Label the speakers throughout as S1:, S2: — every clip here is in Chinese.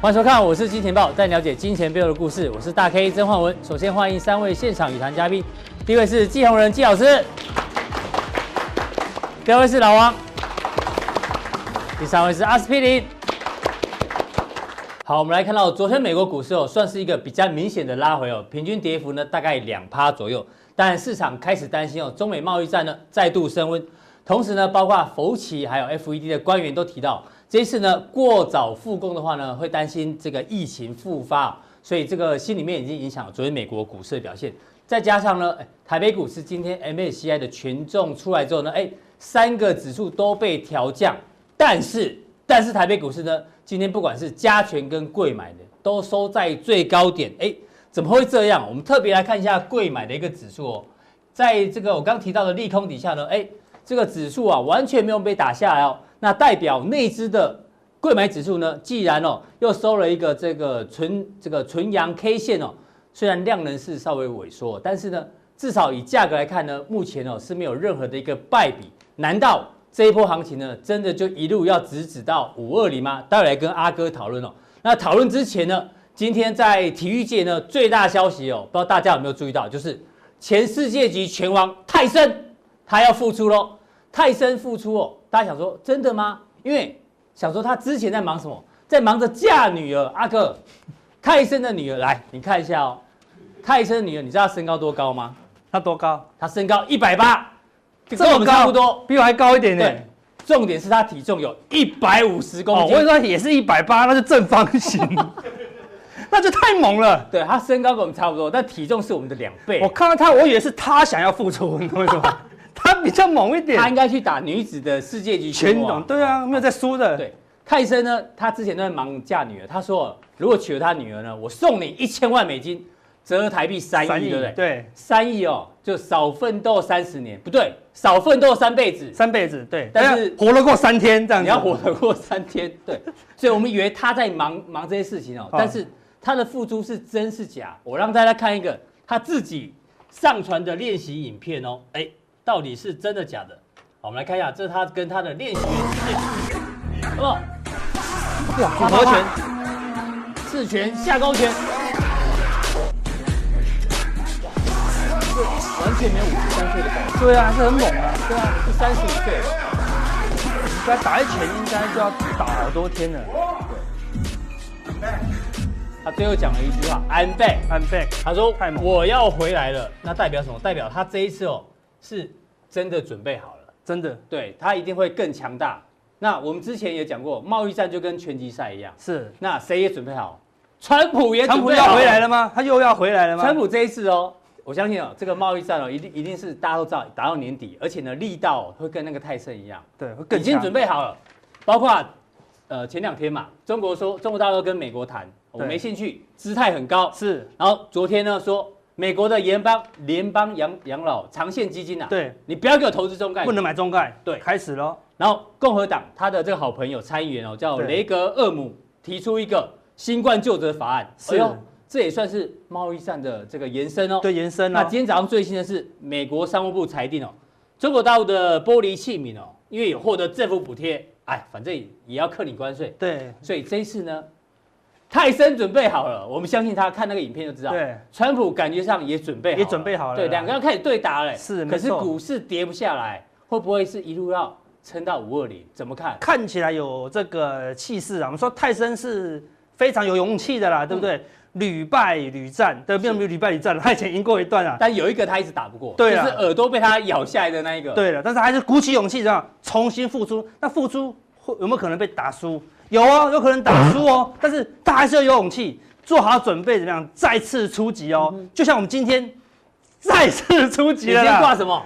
S1: 欢迎收看，我是金钱豹，带你了解金钱背后的故事。我是大 K 曾焕文。首先欢迎三位现场语坛嘉宾，第一位是季宏仁季老师，第二位是老王，第三位是阿司匹林。好，我们来看到昨天美国股市哦，算是一个比较明显的拉回哦，平均跌幅呢大概两趴左右。但市场开始担心哦，中美贸易战呢再度升温。同时呢，包括福奇还有 FED 的官员都提到，这一次呢过早复工的话呢，会担心这个疫情复发哦、所以这个心里面已经影响了昨天美国股市的表现。再加上呢，哎台北股市今天 MSCI 的权重出来之后呢，哎，三个指数都被调降，但是但是台北股市呢，今天不管是加权跟贵买的都收在最高点，哎，怎么会这样？我们特别来看一下贵买的一个指数哦，在这个我刚提到的利空底下呢，哎，这个指数啊完全没有被打下来哦，那代表内资的贵买指数呢，既然哦又收了一个这个纯这个纯阳 K 线哦，虽然量能是稍微萎缩，但是呢，至少以价格来看呢，目前哦是没有任何的一个败笔。难道这一波行情呢，真的就一路要直指到五二零吗？待会来跟阿哥讨论哦。那讨论之前呢，今天在体育界呢最大消息哦，不知道大家有没有注意到，就是前世界级拳王泰森他要复出喽。泰森复出哦，大家想说真的吗？因为想说他之前在忙什么，在忙着嫁女儿。阿哥，泰森的女儿来，你看一下哦。泰森的女儿，你知道她身高多高吗？
S2: 他多高？
S1: 她身高一百八，
S2: 这
S1: 跟
S2: 么
S1: 我们差不
S2: 高嗯
S1: 多。
S2: 比我还高一点呢。
S1: 对，重点是她体重有一百五十
S2: 哦，
S1: 公
S2: 我跟
S1: 斤。
S2: 你说也是一百八，那是正方形，那就太猛了。
S1: 对，她身高跟我们差不多，但体重是我们的两倍
S2: 我。看到他，我以为是他想要复出，你懂我意思吗？他比较猛一点
S1: 她，应该去打女子的世界级
S2: 全
S1: 拳王
S2: 懂。。对啊，没有在输的。
S1: 哦对，泰森呢，他之前都在忙嫁女儿，他说如果娶了他女儿呢，我送你一千万美金，折合台币三
S2: 三
S1: 亿，
S2: 亿
S1: 对不对？
S2: 对，
S1: 三亿哦，就少奋斗三十年，不对，少奋斗三辈子，
S2: 三辈子对，
S1: 但
S2: 但
S1: 是
S2: 是活了过三天这样子。
S1: 你要活得过三天，对。所以我们以为他在忙忙这些事情哦，
S2: 好
S1: 但是他的付出是真是假？我让大家看一个他自己上传的练习影片哦，哎，到底是真的假的？好，我们来看一下，这是他跟他的练习员之间，好不好？
S2: 哇，
S1: 八
S2: 组
S1: 八
S2: 合
S1: 八
S2: 拳，
S1: 刺拳、下勾拳，完全没有五十三岁的感觉，
S2: 对啊，是很猛啊，对啊，
S1: 是三十五岁。
S2: 应该打一拳应该就要打好多天了。
S1: 他最后讲了一句话：“I'm back。
S2: I'm back，”
S1: 他说
S2: 太：“猛
S1: 我要回来了。”那代表什么？代表他这一次哦，是真的准备好了。
S2: 真的
S1: 对他一定会更强大。那我们之前也讲过，贸易战就跟拳击赛一样，
S2: 是。
S1: 那谁也准备好，川普也
S2: 川
S1: 准
S2: 普
S1: 备好
S2: 要回来了吗？他又要回来了吗？
S1: 川普这一次哦，我相信哦，这个贸易战哦，一定一定是大家都知道打到年底，而且呢力道哦会跟那个泰森一样，
S2: 对，会更
S1: 已经
S2: 强
S1: 准备好了。包括呃前两天嘛，中国说中国大陆跟美国谈，我
S2: 对
S1: 没兴趣，姿态很高。
S2: 是，
S1: 然后昨天呢说美国的联邦联邦养养老长线基金啊，
S2: 对，
S1: 你不要给我投资中概股
S2: 不能买中概，
S1: 对
S2: 开始喽，
S1: 然后共和党他的这个好朋友参议员哦，叫
S2: 对
S1: 雷格厄姆，提出一个新冠救责法案。哎
S2: 是
S1: 这也算是贸易战的这个延伸哦。
S2: 对，延伸
S1: 那
S2: 了
S1: 今，天早上最新的是，美国商务部裁定哦，中国大陆的玻璃器皿哦，因为有获得政府补贴，哎，反正也要克你关税，
S2: 对
S1: 所以这一次呢，泰森准备好了，我们相信他看那个影片就知道。
S2: 对，
S1: 川普感觉上也准备好了
S2: 也准备好了
S1: 对，
S2: 啦
S1: 两个要开始对打了。
S2: 是
S1: 可
S2: 没
S1: 是
S2: 错
S1: 股市跌不下来，会不会是一路要撑到五二零？怎么看？
S2: 看起来有这个气势啊。我们说泰森是非常有勇气的啦，
S1: 嗯
S2: 对不对？屡败屡战，对，并没有屡败屡战了，他以前赢过一段啊。
S1: 但有一个他一直打不过，
S2: 对
S1: 就
S2: 啊
S1: 是耳朵被他咬下来的那一个。，
S2: 对了，但是还是鼓起勇气，这样重新复出。那复出会有没有可能被打输？有哦，有可能打 输哦，但是他还是要有勇气，做好准备，怎么样再次出击哦？
S1: 嗯
S2: 就像我们今天再次出
S1: 你
S2: 击了
S1: 先
S2: 啦。
S1: 挂什么？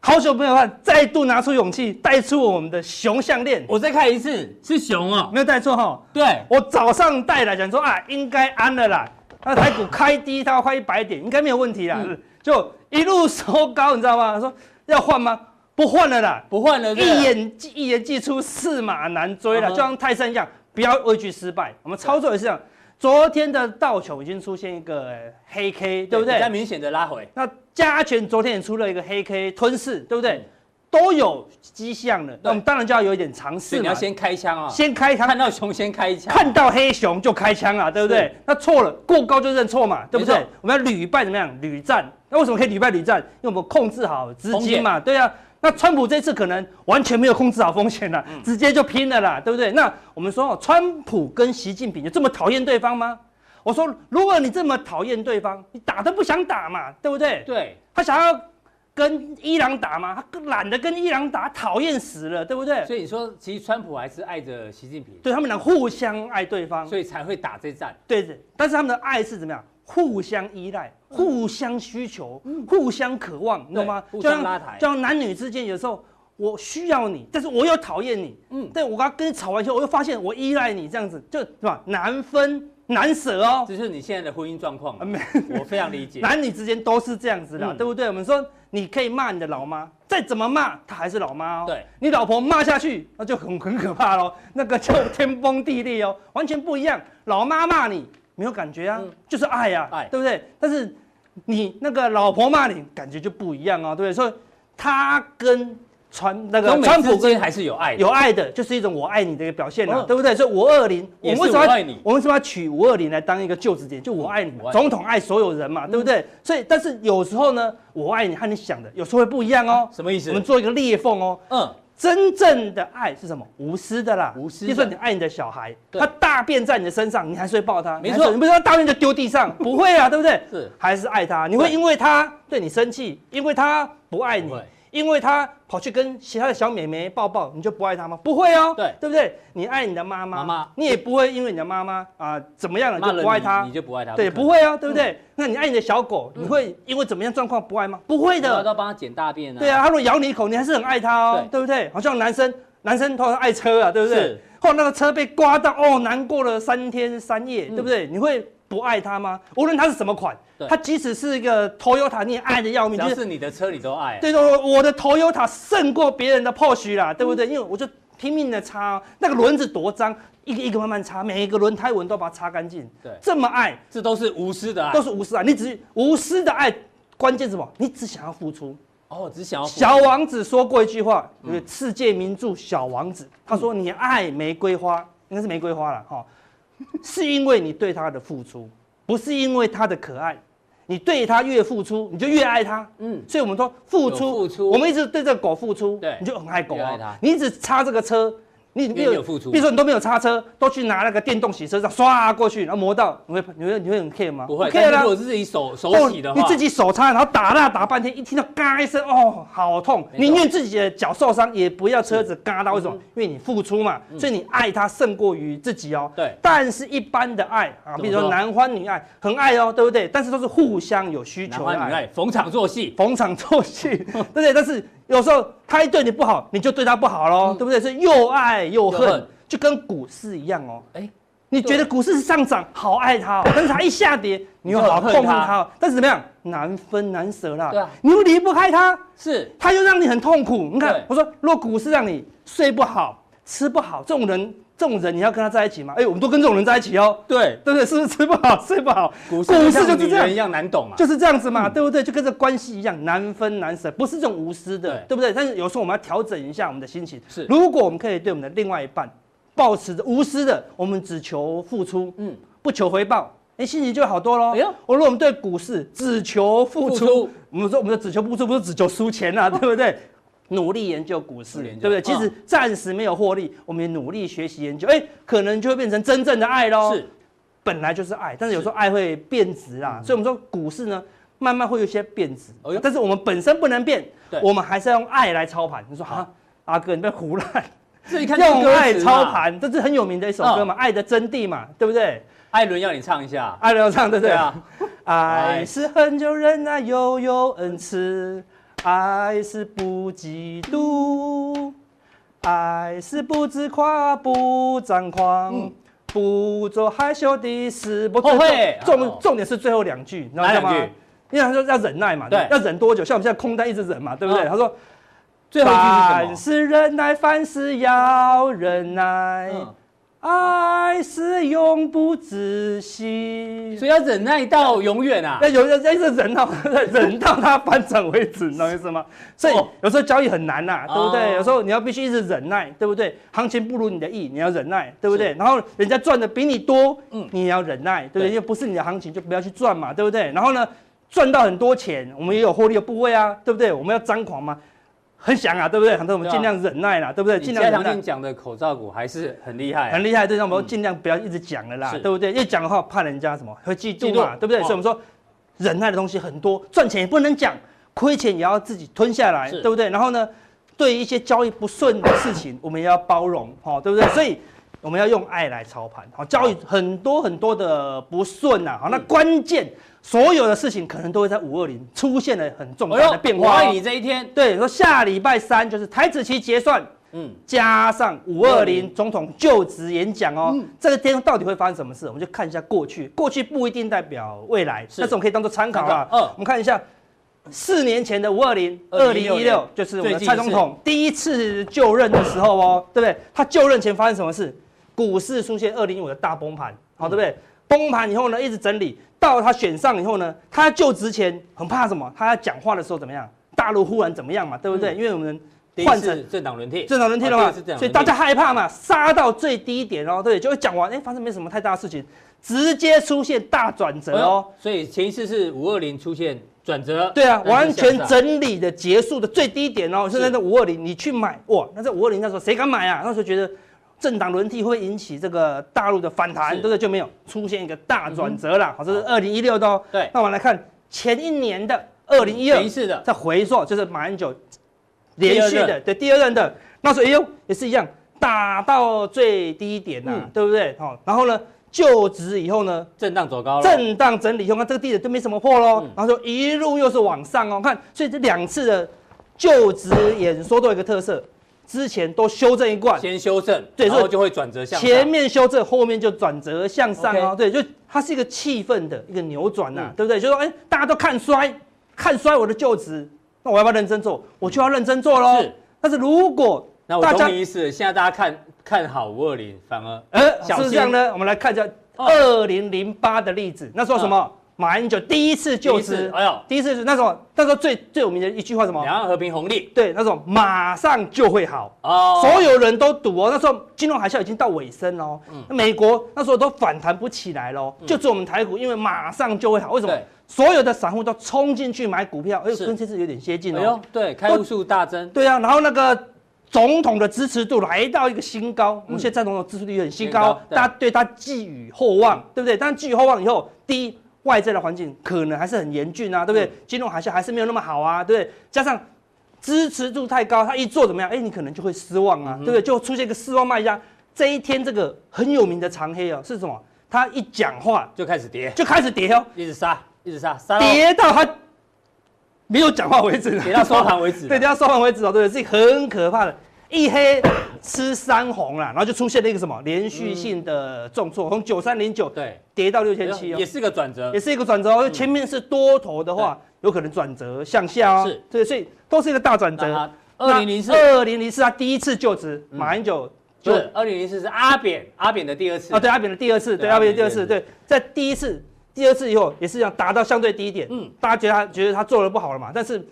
S2: 好久没有看，再度拿出勇气，带出我们的熊项链，
S1: 我再看一次，是熊哦。
S2: 没有带错哈。
S1: 对，
S2: 我早上带来想说啊，应该安了啦。那台股开低，它要快一百点，应该没有问题啦。
S1: 嗯
S2: 就一路收高，你知道吗？说要换吗？不换了啦，
S1: 不换了，这个
S2: 一眼即一眼即出，驷马难追了。
S1: 嗯哼
S2: 就像泰山一样，不要畏惧失败。我们操作也是这样。昨天的道琼已经出现一个呃黑 K，对不对
S1: 比较？明显的拉回。
S2: 那加权昨天也出了一个黑 K 吞噬，对不对？
S1: 嗯
S2: 都都有迹象了，那我们当然就要有一点尝
S1: 所
S2: 试
S1: 以
S2: 嘛。
S1: 你要先开枪啊，
S2: 先开枪
S1: 看，到熊先开枪，
S2: 看到黑熊就开枪啊，对不对
S1: 是？
S2: 那错了，过高就认错嘛，对不
S1: 没
S2: 对
S1: 错？
S2: 我们要屡败怎么样？屡战。那为什么可以屡败屡战？因为我们控制好资金嘛，对啊。那川普这次可能完全没有控制好风险啦，啊
S1: 嗯
S2: 直接就拼了啦，对不对？那我们说哦，川普跟习近平就这么讨厌对方吗？我说，如果你这么讨厌对方，你打都不想打嘛，对不对？
S1: 对，
S2: 他想要跟伊朗打嘛，他更懒得跟伊朗打，讨厌死了，对不对？
S1: 所以你说其实川普还是爱着习近平，
S2: 对他们俩互相爱对方，
S1: 所以才会打这战。
S2: 对对，但是他们的爱是怎么样？互相依赖，互相需求，互相渴望，你懂吗？
S1: 嗯互
S2: 就
S1: 相
S2: 像
S1: 拉抬
S2: 就像男女之间，有时候我需要你，但是我又讨厌你，
S1: 嗯
S2: 嗯，但我刚跟你吵完以后，我又发现我依赖你，这样子就什么难分难舍哦。
S1: 这就是你现在的婚姻状况嘛
S2: 啊没，
S1: 我非常理 解。
S2: 男女之间都是这样子的，
S1: 嗯
S2: 对不对？我们说你可以骂你的老妈，再怎么骂她还是老妈哦。
S1: 对，
S2: 你老婆骂下去，那就很很可怕喽，那个就天崩地裂哦， 完全不一样。老妈骂你没有感觉啊，
S1: 嗯
S2: 就是爱啊，
S1: 爱
S2: 对不对？但是你那个老婆骂你，感觉就不一样哦，对不对？所以他跟川那个
S1: 中美
S2: 川
S1: 之
S2: 普跟
S1: 间还是有爱的，
S2: 有爱的，就是一种我爱你的一个表现了、
S1: 嗯
S2: 对不对？所以五二零，我
S1: 也
S2: 们
S1: 是
S2: 为什么
S1: 我
S2: 要
S1: 爱你
S2: 我们为什么要取五二零来当一个就职点？就我爱你
S1: 我爱你
S2: 嘛，总统爱所有人嘛，对不
S1: 嗯
S2: 对？所以，但是有时候呢，我爱你和你想的有时候会不一样哦。
S1: 什么意思
S2: 我？们做一个裂缝哦。
S1: 嗯，
S2: 真正的爱是什么？无私的啦，
S1: 无私的
S2: 就算你爱你的小孩，
S1: 对
S2: 他大便在你的身上，你还是会抱他，
S1: 没
S2: 你还
S1: 错
S2: 是你不是说大便就丢 地上，不会啊，对不对？
S1: 是
S2: 还是爱他，你会
S1: 对
S2: 因为他对你生气，因为他不爱你
S1: 不会，
S2: 因为他跑去跟其他的小美眉抱抱，你就不爱他吗？不会哦，
S1: 对
S2: 对不对？你爱你的妈妈，
S1: 妈妈
S2: 你也不会因为你的妈妈啊怎么样了
S1: 骂
S2: 就不爱
S1: 了
S2: 她
S1: 你，你，就不爱他，
S2: 对，
S1: 可能嗯
S2: 不。会哦，对不对？那你爱你的小狗，你会因为怎么样状况不爱吗？不会
S1: 对的，
S2: 的
S1: 都，要帮他捡大便啊。
S2: 对啊，，他如果咬你一口，你还是很爱他哦，对不对？好像男生，男生通常爱车啊，对不对
S1: 是？
S2: 后来那个车被刮到，哦，难过了三天三夜，
S1: 嗯
S2: 对不对？你会不爱他吗？无论他是什么款
S1: 对，
S2: 他即使是一个 Toyota，你也爱的要
S1: 只
S2: 命，
S1: 要
S2: 就是
S1: 是你的车，你都爱啊。
S2: 对对，我的 Toyota 胜过别人的 Porsche 啦，对不
S1: 嗯
S2: 对？因为我就拼命的擦哦，那个轮子多脏，一个一个慢慢擦，每一个轮胎纹都把它擦干净。
S1: 对
S2: 这么爱，
S1: 这都是无私的爱
S2: 都。是无私啊！你只无私的爱，关键是什么？你只想要付出。
S1: 哦，只想要
S2: 小王子说过一句话，
S1: 嗯
S2: 就是世界名著《小王子》，他说：“你爱玫瑰花，应该是玫瑰花了哈、哦，是因为你对它的付出，不是因为它的可爱。你对它越付出，你就越爱它。
S1: 嗯，
S2: 所以我们说付
S1: 有
S2: 出，
S1: 付出
S2: 我们一直对这个狗付出，
S1: 对
S2: 你就很爱狗
S1: 越
S2: 啊。
S1: 爱它
S2: 你一直擦这个车，你
S1: 因为你有付出
S2: 比如说你都没有擦车，都去拿那个电动洗车上刷过去，然后磨到，你会你会你会很 care 吗？
S1: 不会。
S2: care
S1: 但是
S2: 啦
S1: 如果是自己手手
S2: 哦，
S1: 洗的
S2: 你
S1: 话，
S2: 自己手擦，然后打蜡打半天，一听到嘎一声，哦，好痛！
S1: 没错嗯
S2: 宁愿自己的脚受伤，也不要车子嘎到。为什么？因为你付出嘛，所以你爱他胜过于自己哦。
S1: 对
S2: 但是一般的爱
S1: 怎
S2: 啊，
S1: 么
S2: 比如
S1: 说
S2: 说男欢女爱，很爱哦，对不对？但是都是互相有需
S1: 男
S2: 求的
S1: 欢女
S2: 爱，
S1: 爱，逢场作戏。
S2: 逢场作 戏，对不对？但是有时候他一对你不好，你就对他不好喽，对不对？所以又爱又
S1: 嗯又
S2: 恨
S1: 恨，
S2: 就跟股市一样哦。
S1: 哎，
S2: 你觉得股市是上涨，好爱它、哦，但是它一下跌，你又好痛恨它、哦，但是怎么样，难分难舍啦。
S1: 对啊
S2: 你又离不开它，
S1: 是
S2: 它又让你很痛苦。你看
S1: 对，
S2: 我说，如果股市让你睡不好、吃不好，这种人，这种人你要跟他在一起吗？哎、我们都跟这种人在一起哦，
S1: 对，
S2: 对不对？是不是吃不好、睡不好？
S1: 股市
S2: 就
S1: 像
S2: 是
S1: 女
S2: 这
S1: 人一
S2: 样。
S1: 样难懂啊。
S2: 就是这样子嘛，对不对？就跟这关系一样，难分难舍，不是这种无私的，
S1: 对
S2: 对不对？但是有时候我们要调整一下我们的心情。
S1: 是
S2: 如果我们可以对我们的另外一半，保持着无私的，我们只求付出，
S1: 嗯，
S2: 不求回报，哎、心情就好多喽。
S1: 哎
S2: 哎
S1: 呦
S2: 呦，我如果我们对股市只求付
S1: 付
S2: 出，
S1: 出
S2: 我们说我们的只求付出，不是只求输 钱啊，对不对？努力研究股市，
S1: 努力
S2: 对
S1: 研
S2: 不
S1: 究
S2: 对？即使
S1: 嗯
S2: 暂时没有获利，我们也努力学习研究，哎、可能就会变成真正的爱喽。
S1: 是，
S2: 本来就是爱，但是有时候爱会变质
S1: 嗯
S2: 啦，所以我们说股市呢，慢慢会有一些变质
S1: 哎呦，
S2: 但是我们本身不能变
S1: 对，
S2: 我们还是要用爱来操盘。你说
S1: 好
S2: 啊，阿哥你在胡乱，
S1: 这一看就是
S2: 用
S1: 歌
S2: 爱
S1: 词
S2: 操
S1: 嘛。啊
S2: 盘，这是很有名的一首歌嘛，爱的真谛》嘛，对不对？
S1: 艾伦要你唱一下。
S2: 爱流畅，对不
S1: 对
S2: 对？
S1: 啊，
S2: 爱是恒久忍耐，又有恩慈；爱是不嫉妒，爱是不自夸，不张狂。
S1: 嗯
S2: 不做害羞的事，不
S1: 后悔
S2: 重
S1: 哦
S2: 重重点是最后两句，你知道
S1: 哪两
S2: 吗
S1: 句？
S2: 因为他说要忍耐嘛，
S1: 对
S2: 要忍多久？像我们现在空单一直忍嘛，对不对？
S1: 嗯
S2: 他说
S1: 最后一句是什
S2: 凡
S1: 么？
S2: 事忍耐，凡事要忍耐，
S1: 嗯
S2: 爱是永不止息。
S1: 所以要忍耐到永远啊
S2: 要！有要要一直忍到 忍到它翻转为止，你懂我意思吗？所以
S1: 哦
S2: 有时候交易很难呐、对不对？
S1: 哦
S2: 有时候你要必须一直忍耐，对不对？行情不如你的意，你要忍耐，对不对
S1: 是？
S2: 然后人家赚的比你多，
S1: 嗯
S2: 你也要忍耐，对不对？
S1: 对
S2: 又不是你的行情就不要去赚嘛，对不对？然后呢，赚到很多钱，我们也有获利的部位啊，对不对？我们要张狂嘛，很想啊，对不对？很多我们
S1: 对啊
S2: 尽量忍耐啦，对不对？
S1: 你
S2: 尽量
S1: 家
S2: 忍
S1: 常
S2: 耐
S1: 进。讲的口罩股还是很厉害啊、
S2: 啊很厉害，对，那我们尽量不要一直讲了啦
S1: 是，
S2: 对不对？越讲的话怕人家什么会嫉妒
S1: 嫉
S2: 嘛，
S1: 妒
S2: 对不对？
S1: 哦
S2: 所以我们说忍耐的东西很多，赚钱也不能讲，亏钱也要自己吞下来，
S1: 是
S2: 对不对？然后呢，对于一些交易不顺的事情，我们也要包容，哦，对不对？所以我们要用爱来操盘，好，交易很多很多的不顺呐，
S1: 嗯
S2: 好，那关键所有的事情可能都会在五二零出现了很重
S1: 哎
S2: 大
S1: 呦
S2: 的变
S1: 我
S2: 化
S1: 爱
S2: 哦。
S1: 你这一天，
S2: 对，说下礼拜三就是台子期结算，
S1: 嗯，
S2: 加上五二零总统就职演讲哦，这个天到底会发生什么事？我们就看一下过去，过去不一定代表未来，
S1: 是
S2: 但是我们可以当做参考啊
S1: 参。考嗯
S2: 我们看一下四年前的五二零，二零一六
S1: 2016
S2: 就是我们的蔡总统第一次就任的时候哦，对不对？他就任前发生什么事？股市出现二零一五的大崩盘，好，对不对？崩盘以后呢，一直整理，到他选上以后呢，他就职前很怕什么？他讲话的时候怎么样？大陆忽然怎么样嘛，对不对？因为我们
S1: 第一
S2: 换成
S1: 次政党轮替，
S2: 正常人听了
S1: 啊
S2: 嘛
S1: 第一次政，党
S2: 所
S1: 轮
S2: 以
S1: 替
S2: 大家害怕嘛，杀到最低点哦，对，就会讲完，哎，发生没什么太大的事情，直接出现大转折
S1: 哎
S2: 哦
S1: 呦。所以前一次是五二零出现转折，
S2: 对啊，
S1: 但
S2: 完
S1: 是向上
S2: 全整理的结束的最低点哦，是那个五二零，你去买哇，那在五二零那时候谁敢买啊？那时候觉得政党轮替会引起这个大陆的反弹，
S1: 是嗯
S2: 对不对？就没有出现一个大转折啦。好，这是二零一六的哦。
S1: 对
S2: 那我们来看前一年的二零一二
S1: 前一，次的，
S2: 再回溯，就是马英九
S1: 第
S2: 连
S1: 二
S2: 续
S1: 任
S2: 的对第二任的，那时候也有也是一样打到最低点呐、
S1: 嗯
S2: 对不对？好、然后呢就职以后呢，
S1: 震荡走高了，
S2: 震荡整理以后，看这个低点就没什么破喽，
S1: 哦嗯
S2: 然后就一路又是往上哦，看，所以这两次的就职演说都有一个特色，之前都修正一贯，
S1: 先修正，
S2: 对
S1: 然
S2: 所
S1: 后
S2: 以
S1: 就会转折向上
S2: 前面修正，后面就转折向上哦。对，就它是一个气氛的一个扭转呐、
S1: 嗯
S2: 对不对？就说，哎、大家都看衰，看衰我的就职，那我要不要认真做？我就要认真做喽
S1: 是。
S2: 但是如果
S1: 那我
S2: 大家
S1: 懂你意思了，现在大家看看好五二零，反而
S2: 呃，是
S1: 小哦
S2: 不是这样呢？我们来看一下二零零八的例子，那时候什么？马英九第一次
S1: 嗯
S2: 就
S1: 第一次
S2: 职，
S1: 哎呦，
S2: 第一次是那时候那时候最最有名的一句话什么？
S1: 两岸和平红利
S2: 对，那种马上就会好。
S1: 哦，
S2: 所有人都赌哦，那时候金融海啸已经到尾声了哦，
S1: 嗯
S2: 那美国那时候都反弹不起来喽，就只有我们台股，因为马上就会好。为什么
S1: 对？
S2: 所有的散户都冲进去买股票，哎呦，
S1: 是
S2: 跟这次有点接近
S1: 哎
S2: 哦
S1: 呦。，对，开户数大增，
S2: 对啊，然后那个总统的支持度来到一个新高，我们现在总统的支持率很新
S1: 嗯新
S2: 高
S1: 高，对嗯
S2: 大家对他寄予厚望，对不对？但寄予厚望以后，第一，外在的环境可能还是很严峻啊，对不对
S1: 嗯？
S2: 金融海啸还是没有那么好啊，对不对？加上支持度太高，他一做怎么样？哎，你可能就会失望
S1: 嗯
S2: 啊，对不对？就出现一个失望卖家。这一天，这个很有名的长黑哦，是什么？他一讲话
S1: 就开始跌，
S2: 就开始跌哦，
S1: 一直杀，一直杀，杀到
S2: 跌到他没有讲话为止，
S1: 跌到收盘为止了，
S2: 对，等下收完为止哦，对不对？是很可怕的，一黑吃三红啊啦，然后就出现了一个什么连续性的重挫，从九三零九
S1: 对，
S2: 跌到六千七哦
S1: 哎也，是个嗯转折
S2: 也，是一个转折哦。前面是多头的话，有可能转折向下哦，
S1: 是啊
S2: 对，所以都是一个大转折。
S1: 二零零四嗯
S2: 二零零四他第一次就职，马英九
S1: 不
S2: 就是
S1: 二零零四是阿扁，阿扁的第二次
S2: 啊，对阿扁的第二次，
S1: 对
S2: 对阿扁的第
S1: 阿
S2: 二
S1: 扁的
S2: 次，对，在第一次、第二次以后也是这样达到相对低点，
S1: 嗯
S2: 嗯，大家觉得他觉得他做的不好了嘛，但是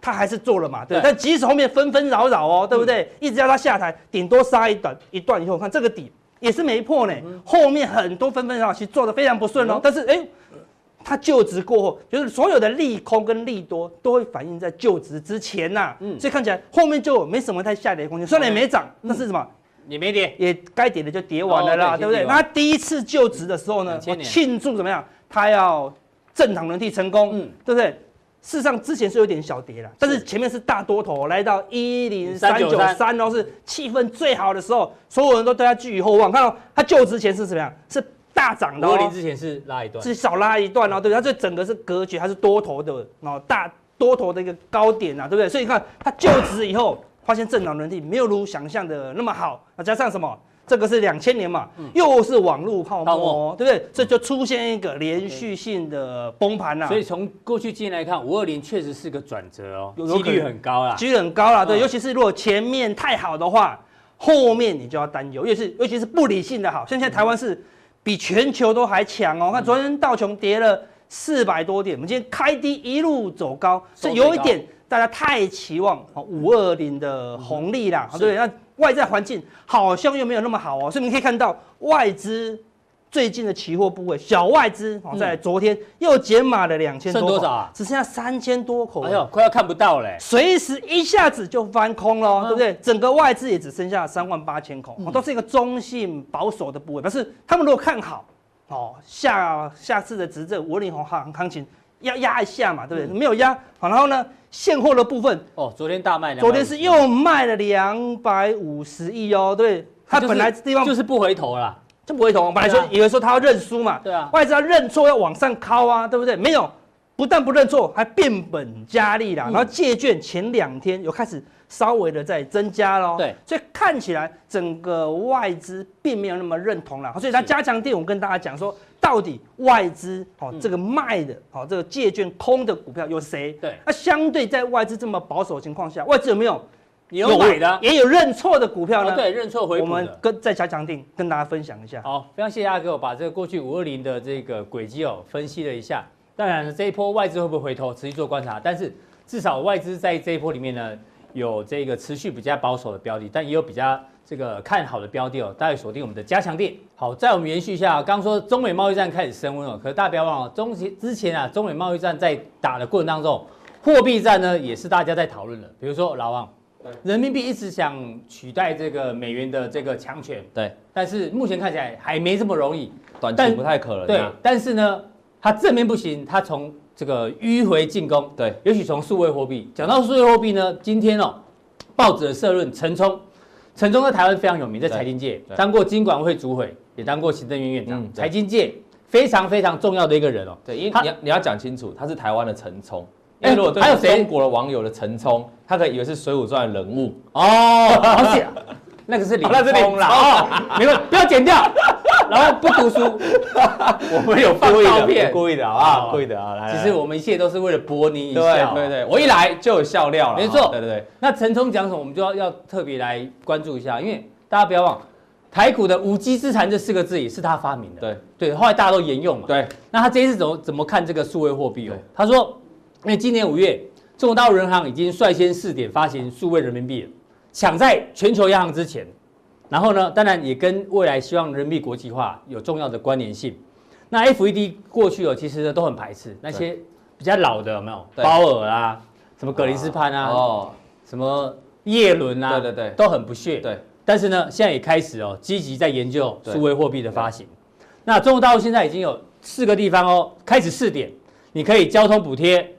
S2: 他还是做了嘛，对，
S1: 对
S2: 但即使后面纷纷扰扰哦，对不对？一直要他下台，顶多杀一段一段以后，看这个底也是没破呢，后面很多纷纷扰扰，其实做的非常不顺哦，
S1: 嗯
S2: 但是哎。他就职过后，就是所有的利空跟利多都会反映在就职之前呐、
S1: 嗯
S2: 所以看起来后面就没什么太下跌的空间，虽然也没涨，但是什么
S1: 也没跌，
S2: 也该跌的就跌完了啦，
S1: 哦对
S2: 对不对？
S1: 先跌
S2: 那
S1: 完
S2: 他第一次就职的时候呢，
S1: 2000
S2: 我
S1: 年
S2: 庆祝怎么样？他要政党轮替成功，
S1: 嗯
S2: 对不对？事实上之前是有点小跌了，但是
S1: 是
S2: 前面是大多头，来到一零三九三哦，是气氛最好的时候，所有人都对他寄予厚望。看到他就职前是怎么样？是大涨
S1: 五
S2: 的、
S1: 二零
S2: 哦，
S1: 之前是拉一段，
S2: 至少拉一段哦，对不对？它这整个是格局，它是多头的哦，大多头的一个高点啊，对不对？所以你看它就职以后，发现政党轮替没有如想象的那么好，那加上什么？这个是两千年嘛，又是网络泡沫
S1: 嗯泡嗯
S2: 哦，对不对？这就出现一个连续性的崩盘啊啦、
S1: 所以从过去经验来看，五二零确实是个转折哦，
S2: 有有
S1: 几
S2: 可
S1: 率
S2: 能
S1: 很高啦。
S2: 几率很高啦，对，
S1: 嗯
S2: 尤其是如果前面太好的话，后面你就要担忧，尤其是尤其是不理性的好，像现在台湾是比全球都还强
S1: 嗯
S2: 哦。看昨天道琼跌了四百多点，我们今天开低一路走高，
S1: 收最
S2: 是有一
S1: 高
S2: 点大家太期望哦五二零的红
S1: 嗯
S2: 利啦，对不对？那外在环境好像又没有那么好哦，所以我们可以看到外资。最近的期货部位，小外资哦，在昨天又减码了两千
S1: 嗯
S2: 多
S1: 剩
S2: 口，
S1: 多少啊
S2: 只剩下三千多口了。
S1: 哎呦，快要看不到嘞。
S2: 随时一下子就翻空喽，
S1: 嗯
S2: 对不对？整个外资也只剩下三万八千口，哦都是一个中性保守的部位。但是他们如果看好，哦，下下次的执政五零红行行情要压一下嘛，
S1: 嗯
S2: 对不对？没有压，好，然后呢，现货的部分，
S1: 哦，昨天大卖250，
S2: 昨天是又卖了两百五十亿哦，对不对，它
S1: 就是
S2: 本来地方
S1: 就是不回头啦。
S2: 就不会投，本来说
S1: 对啊
S2: 以为说他要认输嘛，
S1: 对啊
S2: 外资要认错要往上靠啊，对不对？没有，不但不认错，还变本加厉啦。
S1: 嗯
S2: 然后借券前两天有开始稍微的在增加喽，
S1: 对，
S2: 所以看起来整个外资并没有那么认同啦，所以它
S1: 是
S2: 加强定，我跟大家讲说，到底外资哦
S1: 嗯
S2: 这个卖的哦这个借券空的股票有谁？
S1: 对
S2: 那相对在外资这么保守的情况下，外资有没有
S1: 你有买的啊，
S2: 也有认错的股票
S1: 哦
S2: 呢？
S1: 对，认错回
S2: 我
S1: 补
S2: 们
S1: 的。
S2: 跟再加强定跟大家分享一下。
S1: 好，非常谢谢阿哥，我把这个过去五二零的这个轨迹哦分析了一下。当然了，这一波外资会不会回头，持续做观察。但是至少外资在这一波里面呢，有这个持续比较保守的标的，但也有比较这个看好的标的哦。待会锁定我们的加强店。好，再我们延续一下、啊，刚说中美贸易战开始升温哦，可是大家不要忘了，中期之前啊，中美贸易战在打的过程当中，货币战呢也是大家在讨论的。比如说老王，人民币一直想取代这个美元的这个强权，
S3: 对，
S1: 但是目前看起来还没这么容易。
S3: 短
S1: 但
S3: 期不太可能、
S1: 对
S3: 啊。，
S1: 但是呢，它正面不行，它从这个迂回进攻，
S3: 对，
S1: 也许从数位货币。讲到数位货币呢，今天哦，报纸的社论陈冲，陈冲在台湾非常有名，在
S3: 对
S1: 财经界
S3: 对
S1: 当过金管会主委，也当过行政院院长，
S3: 嗯对
S1: 财经界非常非常重要的一个人哦。
S3: 对，因为
S1: 他
S3: 你要你要讲清楚，他是台湾的陈冲。因
S1: 哎
S3: 为如果对
S1: 还有谁
S3: 中国的网友的陈冲，他可以以为是《水浒传》的人物，
S1: 哦，好险， 那个是李
S3: 哦那是李
S1: 冲啦， 哦，没关系，不要剪掉，然后不读书，
S3: 我们有
S1: 放照片
S3: 故意的
S1: 哦
S3: 啊，故意的啊，来。
S1: 其
S3: 来
S1: 实我们一切都是为了博你一笑
S3: 对
S1: 啊。
S3: 对对，我一来就有笑料了，
S1: 没错
S3: 对对对，
S1: 那陈冲讲什么，我们就要要特别来关注一下，因为大家不要忘，台股的无稽之谈这四个字也是他发明的。
S3: 对
S1: 对，后来大家都沿用嘛。
S3: 对，
S1: 那他这一次怎么怎么看这个数位货币哦
S3: 对？
S1: 他说，因为今年五月，中国大陆人行已经率先试点发行数位人民币了，抢在全球央行之前。然后呢，当然也跟未来希望人民币国际化有重要的关联性。那 FED 过去哦，其实呢都很排斥那些比较老的，有没有？
S3: 对
S1: 鲍尔啊，什么格林斯潘啊，
S3: 哦，
S1: 什么叶伦啊，
S3: 对对对
S1: 都很不屑。
S3: 对，
S1: 但是呢，现在也开始哦，积极在研究
S3: 对
S1: 数位货币的发行。那中国大陆现在已经有四个地方哦，开始试点，你可以交通补贴，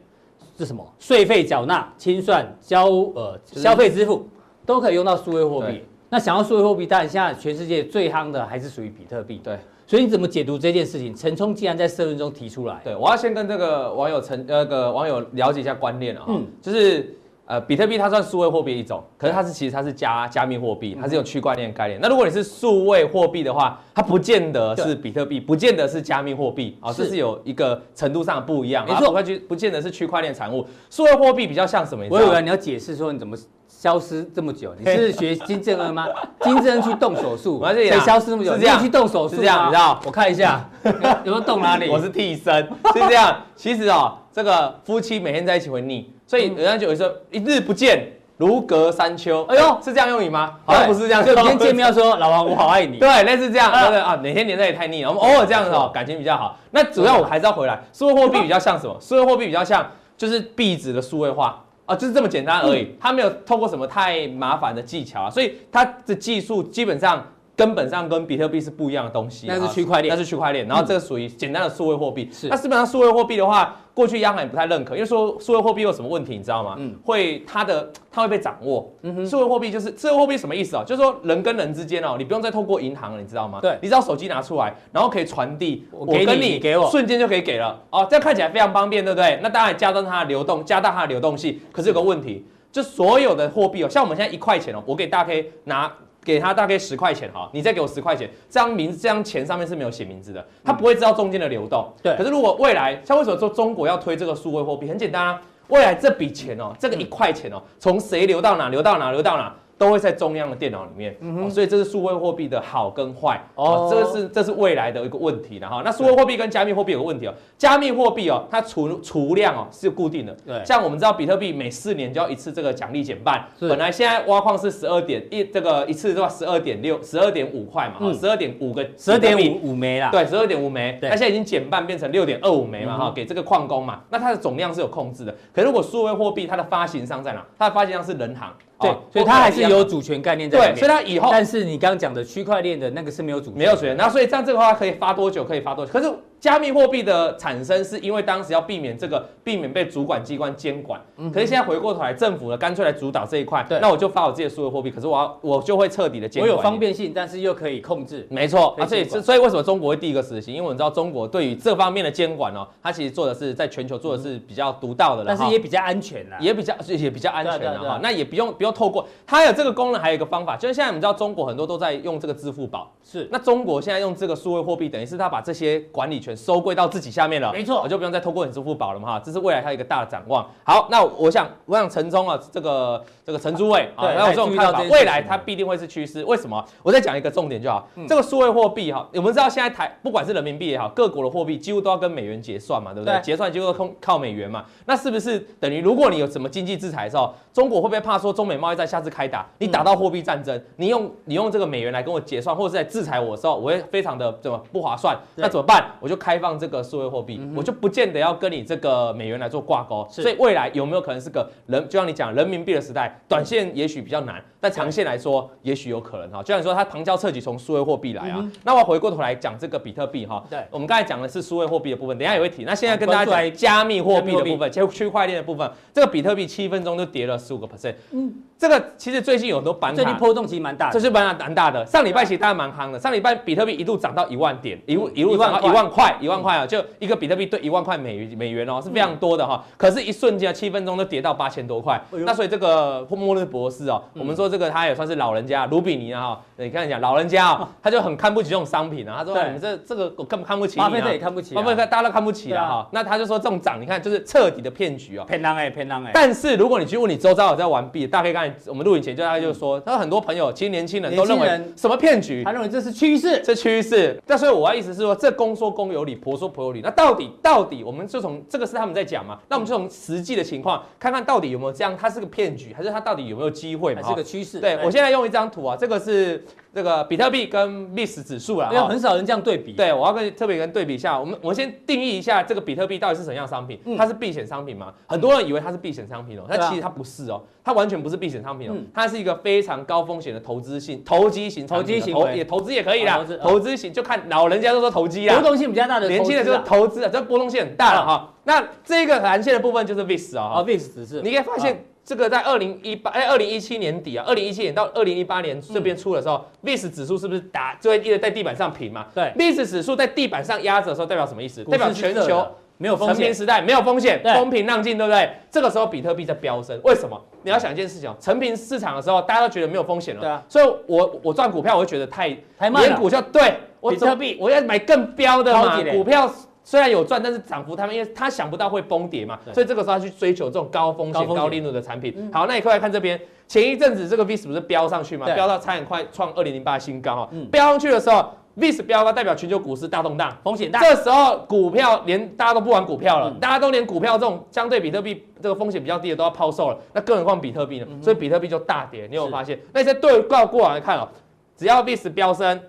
S1: 这什么税费缴纳、清算、交呃
S3: 就是
S1: 消费支付，都可以用到数位货币
S3: 对。
S1: 那想要数位货币，当然现在全世界最夯的还是属于比特币。
S3: 对
S1: 所以你怎么解读这件事情？陈冲竟然在社论中提出来，
S3: 对，我要先跟这个网友陈那个网友了解一下观念啊，
S1: 嗯
S3: 就是呃，比特币它算数位货币一种，可是它是其实它是加加密货
S1: 嗯
S3: 币，它是有区块链概念。那如果你是数位货币的话，它不见得
S1: 对
S3: 是比特币，不见得是加密货币啊，
S1: 是
S3: 这是有一个程度上的不一样啊。
S1: 没错
S3: 不会去不见得是区块链产物，数位货币比较像什么？你知
S1: 我
S3: 道
S1: 以
S3: 吗
S1: 为你要解释说你怎么消失这么久，你是学金正 恩吗？金正恩去动手术，
S3: 我要这样
S1: 谁消失这么久？
S3: 是这样
S1: 你有去动手术吗
S3: 是这样你知道
S1: 我看一下 有没有动哪里？
S3: 我是替身，是这样。其实哦，这个夫妻每天在一起会腻，所以人家就有时候一日不见如隔三秋。哎
S1: 嗯哎呦
S3: 呦，是这样用语吗？好
S1: 对
S3: 像不是这样
S1: 所
S3: 说。
S1: 以今天见面要 说老王，我好爱你。
S3: 对，类似这样，
S1: 啊嗯
S3: 对对啊，每天黏在也太腻了，我们偶尔这样子哦， 感情比较好。那主要我还是要回来，数位货币比较像什么？数位货币比较像就是币值的数位化啊，就是这么简单而
S1: 嗯
S3: 已，它没有透过什么太麻烦的技巧啊，所以它的技术基本上。根本上跟比特币是不一样的东西啊，
S1: 那是区块链
S3: 那是区块链，然后这个属于简单的数位货币。
S1: 是
S3: 那基本上数位货币的话，过去央行也不太认可，因为说数位货币有什么问题，你知道吗？
S1: 嗯
S3: 会它的它会被掌握。数位货币就是数位货币什么意思哦？就是说人跟人之间哦，你不用再透过银行了，你知道吗？
S1: 对
S3: 你只要手机拿出来，然后可以传递，
S1: 我给你
S3: 跟
S1: 你给我
S3: 瞬间就可以给了哦，这样看起来非常方便，对不对？那当然加大它的流动，加大它的流动性。可是有个问题，就所有的货币哦，像我们现在一块钱哦，我给大 K 拿。给他大概十块钱哈，你再给我十块钱，这张名这张钱上面是没有写名字的，他不会知道中间的流动。
S1: 对
S3: 可是如果未来，像为什么说中国要推这个数位货币？很简单啊，未来这笔钱哦，这个一块钱哦，从谁流到哪，流到哪，流到哪，都会在中央的电脑里面，哦所以这是数位货币的好跟坏
S1: 哦
S3: 哦，这个是这是未来的一个问题然后那数位货币跟加密货币有个问题哦，加密货币哦，它储储量哦是固定的，
S1: 对
S3: 像我们知道比特币每四年就要一次这个奖励减半，
S1: 是
S3: 本来现在挖矿是十二点一这个一次的话十二点六十二点五块嘛，
S1: 嗯
S3: 十二点五个
S1: 十二点
S3: 比特币
S1: 五五枚啦，
S3: 对，十二点五枚，
S1: 对嗯
S3: 那现在已经减半变成六点二五枚嘛，哈、给这个矿工嘛，那它的总量是有控制的。可如果数位货币，它的发行商在哪？它的发行商是人行，
S1: 对
S3: 哦，
S1: 所以它还是有主权概念在
S3: 对，
S1: 里
S3: 所以
S1: 面。
S3: 它以后
S1: 但是你刚刚讲的区块链的那个是没有主权，
S3: 没有水源，那所以这样这个话可以发多久？可以发多久？可是加密货币的产生是因为当时要避免这个避免被主管机关监管，
S1: 嗯
S3: 可是现在回过头来，政府呢干脆来主导这一块
S1: 对，
S3: 那我就发我自己的数位货币，可是我要我就会彻底的监
S1: 我
S3: 管。
S1: 有方。便性，但是又可以控制。
S3: 没错，
S1: 可以
S3: 啊，所以
S1: 监管
S3: 所以为什么中国会第一个实行？因为我们知道中国对于这方面的监管哦，它其实做的是在全球做的是比较独到的了
S1: 但
S3: 哈，
S1: 是也比较安全啦。
S3: 也比较也比较安全
S1: 对啊对
S3: 了
S1: 啊对啊
S3: 哈。那也不用不用透过它有这个功能，还有一个方法，就是现在我们知道中国很多都在用这个支付宝，
S1: 是
S3: 那中国现在用这个数位货币，等于是它把这些管理权收归到自己下面了，
S1: 没错
S3: 我就不用再透过你支付宝了嘛哈，这是未来它一个大的展望。好，那我想，我想陈忠啊，这个这个陈诸位啊，
S1: 对
S3: 那我这种看
S1: 他
S3: 法
S1: 也注意到这件事，情嗯
S3: 未来它必定会是趋势。为什么？我再讲一个重点就好，这个数位货币哈，我们知道现在台不管是人民币也好，各国的货币几乎都要跟美元结算嘛，对不对？
S1: 对
S3: 结算就是靠靠美元嘛，那是不是等于如果你有什么经济制裁的时候，中国会不会怕说中美贸易战下次开打，你
S1: 嗯
S3: 打到货币战争，你用你用这个美元来跟我结算，或者是在制裁我的时候，我会非常的怎么不划算？
S1: 对嗯
S3: 那怎么办？我就开放这个数位货币，我就不见得要跟你这个美元来做挂钩。
S1: 是
S3: 所以未来有没有可能是个人，就像你讲人民币的时代，短线也许比较难，但长线来说也许有可能哈。就像你说它旁敲侧击从数位货币来啊，那我回过头来讲这个比特币哈，
S1: 嗯对
S3: 我们刚才讲的是数位货币的部分，等一下也会提。那现在跟
S1: 关
S3: 大
S1: 注
S3: 家
S1: 来
S3: 讲加密货币的部分，加区块链的部分，这个比特币七分钟就跌了十五个 percent。嗯，这个其实最近有很多板
S1: 最近
S3: 卡。
S1: 波动其实蛮大
S3: 这
S1: 的，
S3: 是蛮蛮大的，上礼拜其实大家蛮夯的。上礼拜比特币一度涨到一万点，一路
S1: 啊嗯
S3: 一路涨到一
S1: 一嗯
S3: 万块，一万块啊，就一个比特币兑一万块美元美元哦，是非常多的哈。可是，一瞬间啊七分钟就跌到八千多块。
S1: 哎呦嗯
S3: 那所以这个莫日博士哦，我们说这个他也算是老人家，卢比尼啊哈，你看讲老人家啊，他就很看不起这种商品啊。他说
S1: 哦对
S3: 你们这这个我根本看不起你啊。
S1: 巴菲特也看不起啊，
S3: 巴菲特大家都看不起了
S1: 对
S3: 哈、那他就说这种涨，你看就是彻底的骗局哦。
S1: 骗人哎，骗人哎，
S3: 但是如果你去问你周遭有在玩币，大概刚才我们录影前就大概就说，他很多朋友其实年轻人都认
S1: 年
S3: 为
S1: 轻人
S3: 什么骗局
S1: 他，认为这是趋势，
S3: 这趋势。那所以我要意思是说，这公说公有理，婆说婆有理。那到底到底，我们就从这个是他们在讲嘛，那我们就从实际的情况看看到底有没有这样，它是个骗局，还是它到底有没有机会嘛？
S1: 还是个哎趋势。
S3: 对我现在用一张图啊，这个是这个比特币跟 VIX 指数啦。啊
S1: 没有
S3: 哈
S1: 很少人这样对比，啊
S3: 对，我要跟特别跟对比一下，我们我们先定义一下这个比特币到底是什么样的商品？它是避险商品吗？很多人以为它是避险商品哦，但
S1: 嗯对啊
S3: 其实它不是哦，它完全不是避险商品哦
S1: 嗯，
S3: 它是一个非常高风险的投资性、投机型产品哦、
S1: 投机行
S3: 投
S1: 为
S3: 也投资也可以
S1: 啊
S3: 啦
S1: 投资，
S3: 投资型就看老人家都说投机啦
S1: 波，动性比较大的投资啊，
S3: 年轻人就是投资啊，这波动性很大了哈。那这个蓝线的部分就是 VIX 哦，
S1: 啊 VIX 只是啊
S3: 你可以发现，这个在二零一八哎二零一七年底啊，二零一七年到二零一八年这边出的时候、v i x 指数是不是打就会一直在地板上平嘛？
S1: 嗯对
S3: ，VIX 指数在地板上压着的时候，代表什么意思？
S1: 股
S3: 代
S1: 市
S3: 表
S1: 是
S3: 全
S1: 热
S3: 球
S1: 的没有风
S3: 成
S1: 险
S3: 平，时代没有风险，
S1: 对
S3: 风平浪静，对不对？这个时候比特币在飙升，为什么？你要想一件事情哦，成平市场的时候，大家都觉得没有风险了，
S1: 嗯对啊
S3: 所以我我赚股票，我会觉得太
S1: 太慢
S3: 连
S1: 了，
S3: 股票对我
S1: 比
S3: 怎么
S1: 特币
S3: 我要买更标的
S1: 超
S3: 嘛
S1: 级，嘞
S3: 股票。虽然有赚，但是涨幅他们因为他想不到会崩跌嘛，
S1: 对
S3: 所以这个时候他去追求这种高风
S1: 高
S3: 险、
S1: 风险嗯
S3: 高利润的产品。好，那你快来看这边，前一阵子这个 VIX 不是飙上去嘛，
S1: 对
S3: 飙到差点快创二零零八新高哈、哦
S1: 嗯
S3: 飙上去的时候，VIX 飙高代表全球股市大动荡，
S1: 风险大，嗯
S3: 这时候股票连大家都不玩股票了，大家都连股票这种相对比特币这个风险比较低的都要抛售了，那更何况比特币呢？所以比特币就大跌，你有
S1: 嗯
S3: 没有
S1: 是
S3: 发现？那你在对照过来看哦，只要 VIX 飙升，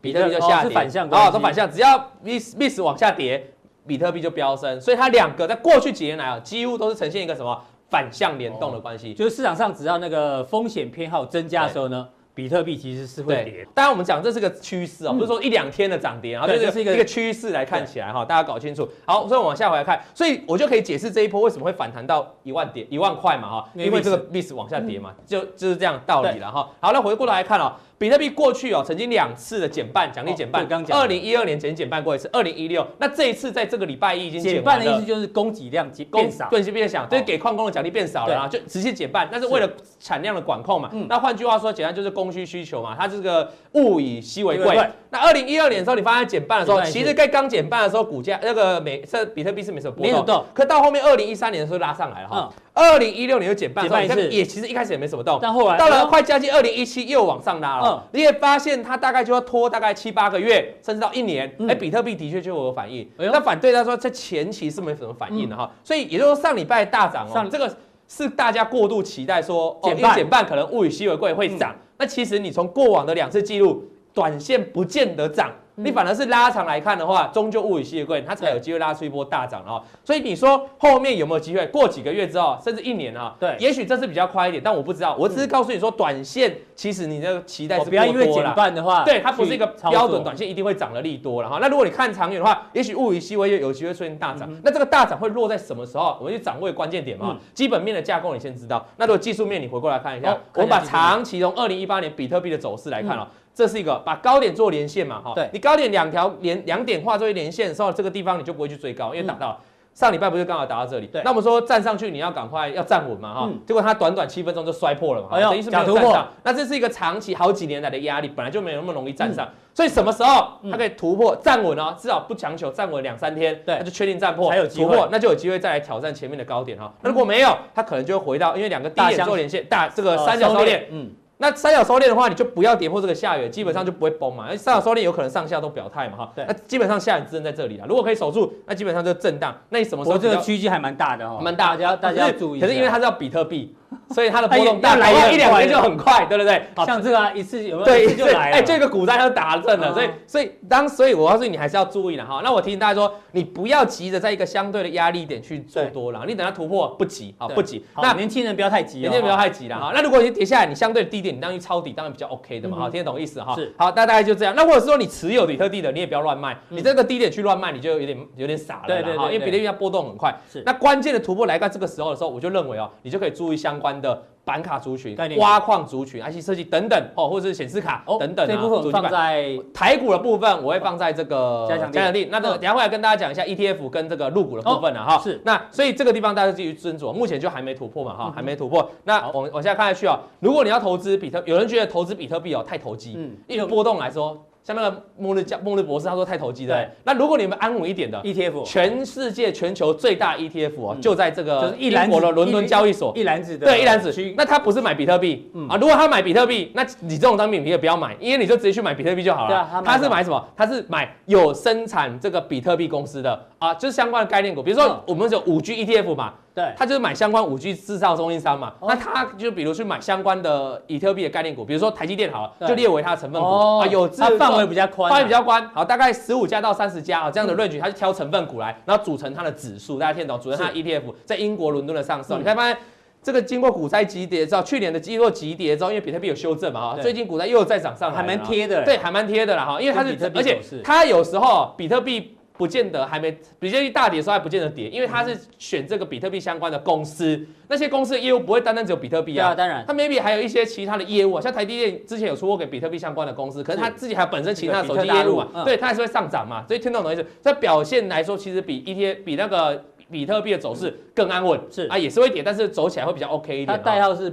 S3: 比特币就下
S1: 哦
S3: 跌，
S1: 是反向关系
S3: 啊，都反向，只要 VIX VIX 往下跌，比特币就飙升，所以它两个在过去几年来啊，几乎都是呈现一个什么反向联动的关系。
S1: 就是市场上只要那个风险偏好增加的时候呢，比特币其实是会
S3: 对
S1: 跌，，
S3: 当然我们讲这是个趋势哦，不是说一两天的涨跌，然
S1: 嗯
S3: 后
S1: 对
S3: 这
S1: 这
S3: 是
S1: 是
S3: 一
S1: 一
S3: 个
S1: 个
S3: 一个趋势来看起来哈，大家搞清楚。好，所以我们往下回来看，所以我就可以解释这一波为什么会反弹到一万点一万块嘛哈，
S1: 因
S3: 因
S1: 为嗯
S3: 为这
S1: VIX
S3: 个 VIX 往下跌嘛，就就是这样道理了哈。好，那回过头来看哦，比特币过去哦曾经两次的减半奖励减
S1: 哦
S3: 半，
S1: 对刚讲
S3: 二
S1: 的
S3: 零一二年曾经减半过一次，二零一六，那这一次在这个礼拜一已经
S1: 减
S3: 减
S1: 半的
S3: 完
S1: 意
S3: 了
S1: 思。就是供给量减
S3: 供
S1: 变少，
S3: 对，是变小，就是给矿工的奖励变少了啊，就直接减半。但是为了产量的管控嘛，
S1: 嗯
S3: 那换句话说，简单就是供需需求嘛，它这个物以稀为
S1: 稀为
S3: 贵
S1: 贵。
S3: 那二零一二年的时候，你发现减半的时候，
S1: 减半一次
S3: 其实该刚减半的时候，股价那个美这比特币是没什么波
S1: 没有
S3: 动
S1: 动，嗯
S3: 可到后面二零一三年的时候拉上来了哈。二零一六年就减半的时候，
S1: 减半一次
S3: 你看也其实一开始也没什么动，
S1: 但后来
S3: 到了快接近二零一七又往上拉了
S1: 嗯，
S3: 你也发现它大概就要拖大概七八个月，甚至到一年
S1: 嗯。
S3: 哎，比特币的确就有反应，
S1: 哎呦嗯
S3: 那反对他说在前期是没什么反应的哈，所以也就是说上礼拜大涨哦
S1: 上，
S3: 这个是大家过度期待说哦，
S1: 减
S3: 因
S1: 半嗯
S3: 为减半可能物以稀为贵会涨，那其实你从过往的两次记录，短线不见得涨。
S1: 嗯
S3: 你反而是拉长来看的话，终究物以稀为贵，它才有机会拉出一波大涨哦。
S1: 嗯
S3: 所以你说后面有没有机会？过几个月之后，甚至一年啊，
S1: 对嗯
S3: 也许这次比较快一点，但我不知道。我只是告诉你说，短线其实你的期待
S1: 我
S3: 是
S1: 不要因为
S3: 过多
S1: 减
S3: 啦
S1: 半的话，
S3: 对，它不是一个
S1: 去操
S3: 标
S1: 作
S3: 准，短线一定会涨的利多了哈。那如果你看长远的话，也许物以稀为贵，有机会出现大涨。那这个大涨会落在什么时候？我们去掌握关键点嘛。
S1: 嗯
S3: 基本面的架构你先知道，那如果技术面你回过来看一下，
S1: 好
S3: 我们把
S1: 看一下技术面嗯
S3: 长期从二零一八年比特币的走势来看哦。这是一个把高点做连线嘛，哈，
S1: 对
S3: 你高点两条连两点画作为连线的时候，这个地方你就不会去追高，因为打到了、上礼拜不是刚好打到这里，
S1: 嗯对
S3: 那我们说站上去你要赶快要站稳嘛，哈、
S1: 嗯
S3: 结果它短短七分钟就摔破了嘛，哈
S1: 哎呦
S3: 等于是没有
S1: 假突
S3: 站
S1: 破
S3: 上，那这是一个长期好几年来的压力，本来就没有那么容易站
S1: 嗯
S3: 上，所以什么时候它可以突破站稳哦，至少不强求站稳两三天，
S1: 嗯对
S3: 它就确定站破，
S1: 才有机
S3: 突
S1: 会嗯
S3: 破，那就有机会再来挑战前面的高点哈、那如果没有，它可能就会回到因为两个低
S1: 大
S3: 点
S1: 箱
S3: 做连线，大这个
S1: 呃
S3: 三角收敛，，
S1: 嗯，
S3: 那三角收敛的话，你就不要跌破这个下缘，基本上就不会崩嘛。因为三角收敛有可能上下都表态嘛
S1: 嗯
S3: 哈
S1: 对。
S3: 那基本上下缘支撑在这里了，如果可以守住，那基本上就震荡。那你什么时
S1: 我
S3: 候
S1: 这
S3: 比
S1: 个
S3: 较
S1: 区间还蛮大的哦，
S3: 蛮
S1: 大
S3: 大
S1: 家大家要注意一下。
S3: 可是因为它是要比特币，所以它的波 动
S1: 它
S3: 大，
S1: 也要来
S3: 搞不好
S1: 得很
S3: 一两
S1: 快
S3: 天就很快，对不对？
S1: 好像这个啊一次有没有？
S3: 对，
S1: 一次就来了。
S3: 哎，这个股灾它就打正了，
S1: 嗯
S3: 所以所以当所以我告诉你，你还是要注意了哈。那我提醒大家说，你不要急着在一个相对的压力点去做
S1: 对
S3: 多了，你等它突破不急啊，
S1: 对
S3: 不急。
S1: 好
S3: 那
S1: 年轻人不要太急哦，
S3: 年轻人不要太急了哈。那如果你跌下来，你相对低点，你当然去抄底，当然比较 OK 的嘛
S1: 嗯
S3: 哈，听得懂意思哈
S1: 是？
S3: 好，那大概就这样。那或者是说你持有比特币的，你也不要乱卖，你这个低点去乱卖，你就有点有点傻
S1: 嗯对
S3: 了
S1: 对
S3: 啦
S1: 对
S3: 哈，因为
S1: 对
S3: 比特币它波动很快
S1: 是。
S3: 那关键的突破来到这个时候的时候，我就认为哦，你就可以注意相关的。板卡族群
S1: 概念、股
S3: 挖矿族群、IC 设计等等哦，或者是显示卡
S1: 哦
S3: 等等啊，
S1: 这部分我
S3: 主
S1: 们
S3: 机
S1: 放
S3: 板
S1: 在
S3: 台股的部分我会放在这个
S1: 加强力
S3: 力，那这
S1: 嗯哦
S3: 个等一下会来跟大家讲一下 ETF 跟这个入股的部分了哈。
S1: 是嗯
S3: 那所以这个地方大家继续斟酌，目前就还没突破嘛哈
S1: 哼，
S3: 还没突破。那往往下看下去哦，如果你要投资比特，有人觉得投资比特币哦太投机，
S1: 嗯
S3: 因为波动来说，像那个末日教末日博士他说太投机
S1: 对
S3: 的。那如果你们安稳一点的。
S1: ETF
S3: 全世界全球最大 ETF 哦，
S1: 嗯
S3: 就在这
S1: 就
S3: 个
S1: 是一篮
S3: 英
S1: 子
S3: 国的伦敦交易所，
S1: 一篮子的
S3: 对，一篮子那他不是买比特币、
S1: 啊嗯
S3: 啊？如果他买比特币，那你这种商品你也不要买，因为你就直接去买比特币就好了。
S1: 对啊他买
S3: 他是
S1: 什么
S3: 买什么？他是买有生产这个比特币公司的啊，就是相关的概念股，比如
S1: 嗯
S3: 说我们有五 G ETF 嘛，
S1: 对
S3: 他就是买相关五 G 制造中心商嘛。
S1: 哦
S3: 那他就比如去买相关的比特币的概念股，比如说台积电好
S1: 对
S3: 了，就列为它的成分股、啊，有制
S1: 哦它范围
S3: 造
S1: 比较宽啊，嗯
S3: 范围比较宽，好，大概十五家到三十家啊、这样的 range，它就挑成分股来，然后组成它的指数，大家听得懂？组成它的 ETF，在英国伦敦的上市、哦，
S1: 嗯
S3: 你看发现。这个经过股灾急跌之后，去年的经过急跌之后，因为比特币有修正嘛哈，
S1: 对
S3: 最近股灾又再涨上来了，
S1: 还蛮贴的，
S3: 啊对，还蛮贴的啦哈，因为它是
S1: 跟比特，币
S3: 而且
S1: 走势
S3: 它有时候比特币不见得还没，比特币大跌的时候还不见得跌，因为它是选这个比特币相关的公司，那些公司的业务不会单单只有比特币
S1: 对
S3: 啊
S1: 啊，，当然
S3: 它 maybe 还有一些其他的业务啊，像台积电之前有出货给比特币相关的公司，可是它
S1: 是
S3: 自己还有本身其他的
S1: 这个
S3: 手
S1: 比特
S3: 机业务
S1: 大陆嗯
S3: 嘛，对，它还是会上涨嘛，所以听懂我的意思？在表现来说，其实比 ETF 比那个比特币的走势更安稳，
S1: 是
S3: 啊，也是会跌，但是走起来会比较 OK 一
S1: 它
S3: 点、
S1: 代
S3: 哦。
S1: 号是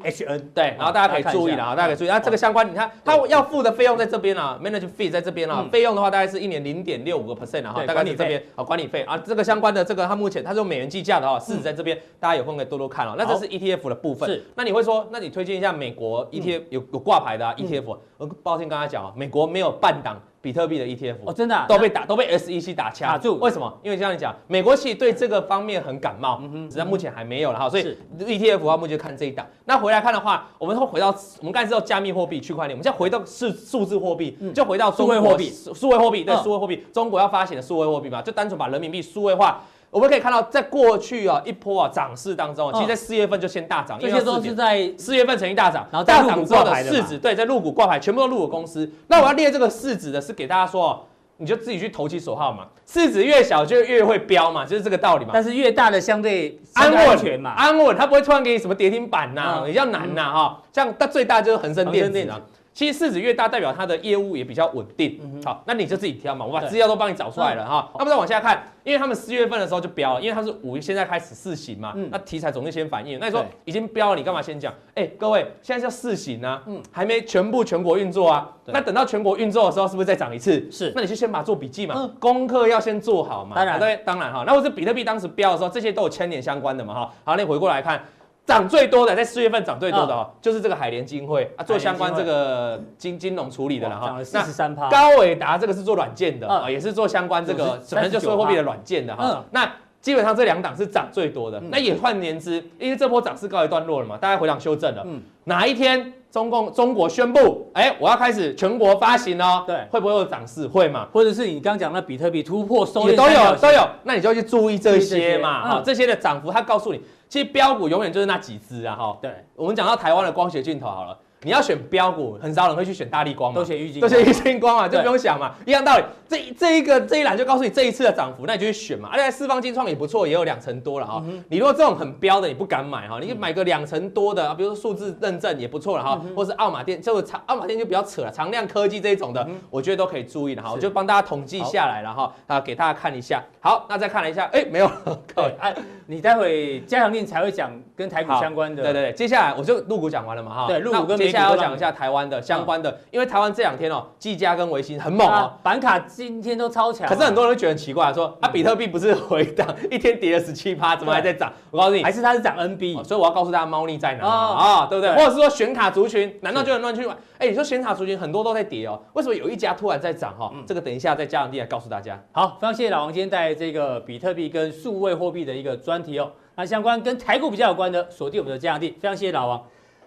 S1: BCHN，
S3: 对，然后哦大家可以注意了啊，大家可以注意，那这个相关，你看它要付的费用在这边啊，manage fee 在这边啊
S1: 嗯，
S3: 费用的话大概是一年零点六五个 percent 啊，哈
S1: 对
S3: 大概是这边啊管理费啊，这个相关的这个它目前它是用美元计价的哦，市值在这边，大家有空可以多多看哦。那这
S1: 好
S3: 是嗯 ETF 的部分，
S1: 是
S3: 那你会说，那你推荐一下美国 ETF、有有挂牌的、啊 ETF？、我抱歉跟他讲啊，美国没有半档比特币的 E ETF，、
S1: 哦，真的啊
S3: 都被打都被 SEC 打枪
S1: 打住
S3: 为什么？因为这样讲，美国其实对这个方面很感冒，只是它目前还没有了哈。所以
S1: 嗯是
S3: ETF 的话，目前就看这一档。那回来看的话，我们会回到我们刚才知道加密货币、区块链，我们现在回到是数字货币，就回到中国
S1: 嗯数位货币
S3: 数数位货币对
S1: 嗯
S3: 数位货币，中国要发行的数位货币嘛，就单纯把人民币数位化。我们可以看到，在过去啊一波啊涨势当中啊，
S1: 嗯
S3: 其实在四月份就先大涨，
S1: 这
S3: 因为
S1: 些
S3: 要四
S1: 都
S3: 点
S1: 是在
S3: 四月份曾经大涨，
S1: 然后在入股
S3: 大涨之后
S1: 挂
S3: 的
S1: 牌的嘛
S3: 市值，对，在入股挂牌，全部都入股公司。那我要列这个市值的是给大家说，哦，你就自己去投其所好嘛，市值越小就越会飙嘛，就是这个道理嘛。
S1: 但是越大的相对
S3: 安稳
S1: 安全嘛，
S3: 安稳，它不会突然给你什么跌停板呐、
S1: 嗯
S3: 比较难呐、哈、像它最大就是恒生电子
S1: 恒生
S3: 啊，其实市值越大，代表它的业务也比较稳定。
S1: 嗯
S3: 好，那你就自己挑嘛，我把资料都帮你找出来了哈。那么再往下看，因为他们四月份的时候就标了，因为它是五现在开始试行嘛
S1: 嗯，
S3: 那题材总是先反应。那你说
S1: 对
S3: 已经标了，你干嘛先讲？哎，各位，现在叫试行啊，还没全部全国运作啊。
S1: 嗯对
S3: 那等到全国运作的时候，是不是再涨一次？
S1: 是
S3: 那你就先把它做笔记嘛
S1: 嗯，
S3: 功课要先做好嘛。
S1: 当然
S3: 对不对对，当然哈。那我是比特币当时标的时候，这些都有牵连相关的嘛哈。好，那你回过来看，涨最多的在四月份涨最多的哦，就是这个海联金会啊，做相关
S1: 海
S3: 这
S1: 联金
S3: 个金金融处理的了
S1: 哇涨
S3: 哈
S1: 哦了。四
S3: 那
S1: 十三趴，
S3: 高伟达这个是做软件的
S1: 嗯
S3: 啊，也是做相关这个，
S1: 99%
S3: 可能就说货币的软件的哈
S1: 嗯。
S3: 那基本上这两档是涨最多的
S1: 嗯，
S3: 那也换言之，因为这波涨势告一段落了嘛，大家回档修正了
S1: 嗯。
S3: 哪一天中共中国宣布，哎，我要开始全国发行哦，
S1: 对
S3: 会不会有涨势？会嘛？
S1: 或者是你刚讲那比特币突破收
S3: 也
S1: 敛
S3: 都
S1: 三角
S3: 有
S1: 形
S3: 都有，那你就要去注意这些
S1: 注意这些
S3: 嘛，哈、
S1: 嗯
S3: 这些的涨幅，它告诉你，其实标股永远就是那几只啊，哈。
S1: 对，
S3: 我们讲到台湾的光学镜头好了，你要选标股，很少人会去选大力光嘛，
S1: 都写郁金
S3: 都
S1: 光，
S3: 是郁金光嘛，就
S1: 对
S3: 不用想嘛，一样道理。这这一个这一栏就告诉你这一次的涨幅，那你就去选嘛。而且四方金创也不错，也有两成多了哈、
S1: 嗯
S3: 你如果这种很标的，你不敢买哈、你买个两成多的，比如说数字认证也不错了哈、
S1: 嗯
S3: 或是奥马电，这个长奥马电就比较扯了，长亮科技这一种的，我觉得都可以注意的
S1: 嗯
S3: 哈。
S1: 是
S3: 我就帮大家统计下来了哈，啊，给大家看一下。好，那再看了一下，哎，没有了，各
S1: 对
S3: 位。
S1: 啊，你待会加强令才会讲跟台股
S3: 好
S1: 相关的，
S3: 对对对，接下来我就入股讲完了嘛哈，
S1: 对陆股
S3: 那
S1: 跟美
S3: 接
S1: 股
S3: 下来
S1: 都
S3: 要
S1: 让
S3: 讲一
S1: 你
S3: 下台湾的相关的，因为台湾这两天哦，技嘉跟维新很猛哦
S1: 嗯啊，，板卡今天都超强啊，
S3: 可是很多人会觉得很奇怪，说啊，比特币不是回档，一天跌了十七趴，怎么还在涨？我告诉你，
S1: 嗯还是它是涨 NB，
S3: 哦所以我要告诉大家猫腻在哪
S1: 哦
S3: 啊，对不对？
S1: 对
S3: 或者是说显卡族群，难道就能乱去买？哎，你说显卡族群很多都在跌哦，为什么有一家突然在涨哈？
S1: 嗯
S3: 这个等一下再加上地来告诉大家。
S1: 好，非常谢谢老王今天带来这个比特币跟数位货币的一个专题哦。那相关跟台股比较有关的，锁定我们的嘉阳地。非常谢谢老王。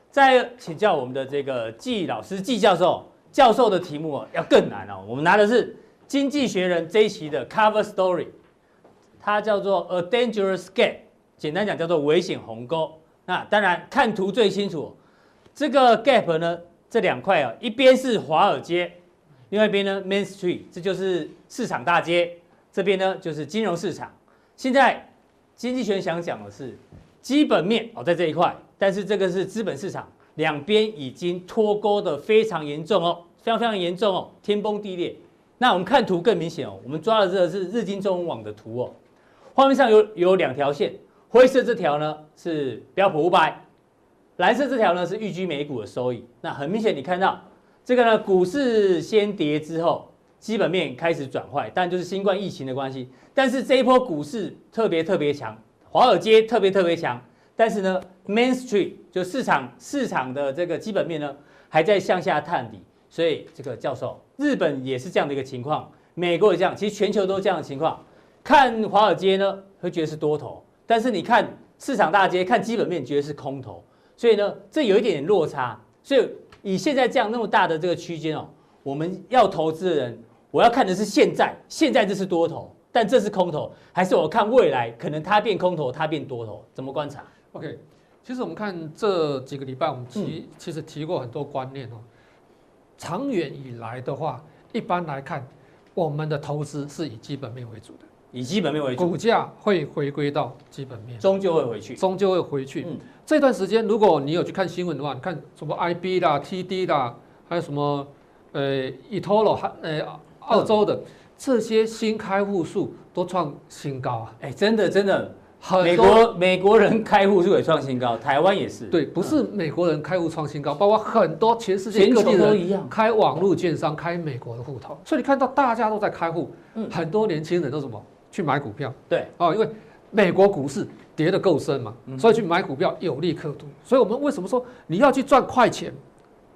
S1: 再请教我们的这个季老师、季教授，教授的题目哦要更难哦。我们拿的是《经济学人》这一期的 cover story，它叫做 A Dangerous Gap，简单讲叫做危险鸿沟。那当然看图最清楚，这个 gap 呢，这两块啊，一边是华尔街，另外一边呢 Main Street，这就是市场大街，这边呢就是金融市场。现在经济学想讲的是基本面哦，在这一块，但是这个是资本市场，两边已经脱钩的非常严重哦，非常非常严重哦，天崩地裂。那我们看图更明显哦，我们抓的这个是日经中文网的图哦，画面上有有两条线，灰色这条呢是标普五百，蓝色这条呢是预居美股的收益。那很明显，你看到这个呢，股市先跌之后，基本面开始转坏，但就是新冠疫情的关系。但是这一波股市特别特别强，华尔街特别特别强，但是呢，Main Street 就市场市场的这个基本面呢还在向下探底。所以这个教授，日本也是这样的一个情况，美国也这样，其实全球都这样的情况。看华尔街呢，会觉得是多头，但是你看市场大街看基本面，觉得是空头。所以呢，这有一点点落差。所以以现在这样那么大的这个区间哦，我们要投资的人，我要看的是现在，现在这是多头，但这是空头，还是我看未来，可能它变空头，它变多头，怎么观察？
S4: OK，其实我们看这几个礼拜，我们提、其实提过很多观念哦。长远以来的话，一般来看，我们的投资是以基本面为主的，
S1: 以基本面为主，
S4: 股价会回归到基本面，
S1: 终究会回去。
S4: 终究会回去。
S1: 嗯
S4: 这段时间，如果你有去看新闻的话，你看什么 IB 啦、TD 啦，还有什么呃 eToro 还呃澳洲的、这些新开户数都创新高啊，
S1: 哎，真的真的，
S4: 很多
S1: 美国美国人开户数也创新高，台湾也是，
S4: 对，不是美国人开户创新高，包括很多全世界
S1: 全
S4: 各
S1: 球
S4: 地
S1: 都
S4: 人
S1: 一样。
S4: 开网络建商开美国的户头，所以你看到大家都在开户，
S1: 嗯
S4: 很多年轻人都什么去买股票
S1: 对，嗯
S4: 啊、哦，因为美国股市跌得够深嘛，所以去买股票有利可图。所以我们为什么说你要去赚快钱，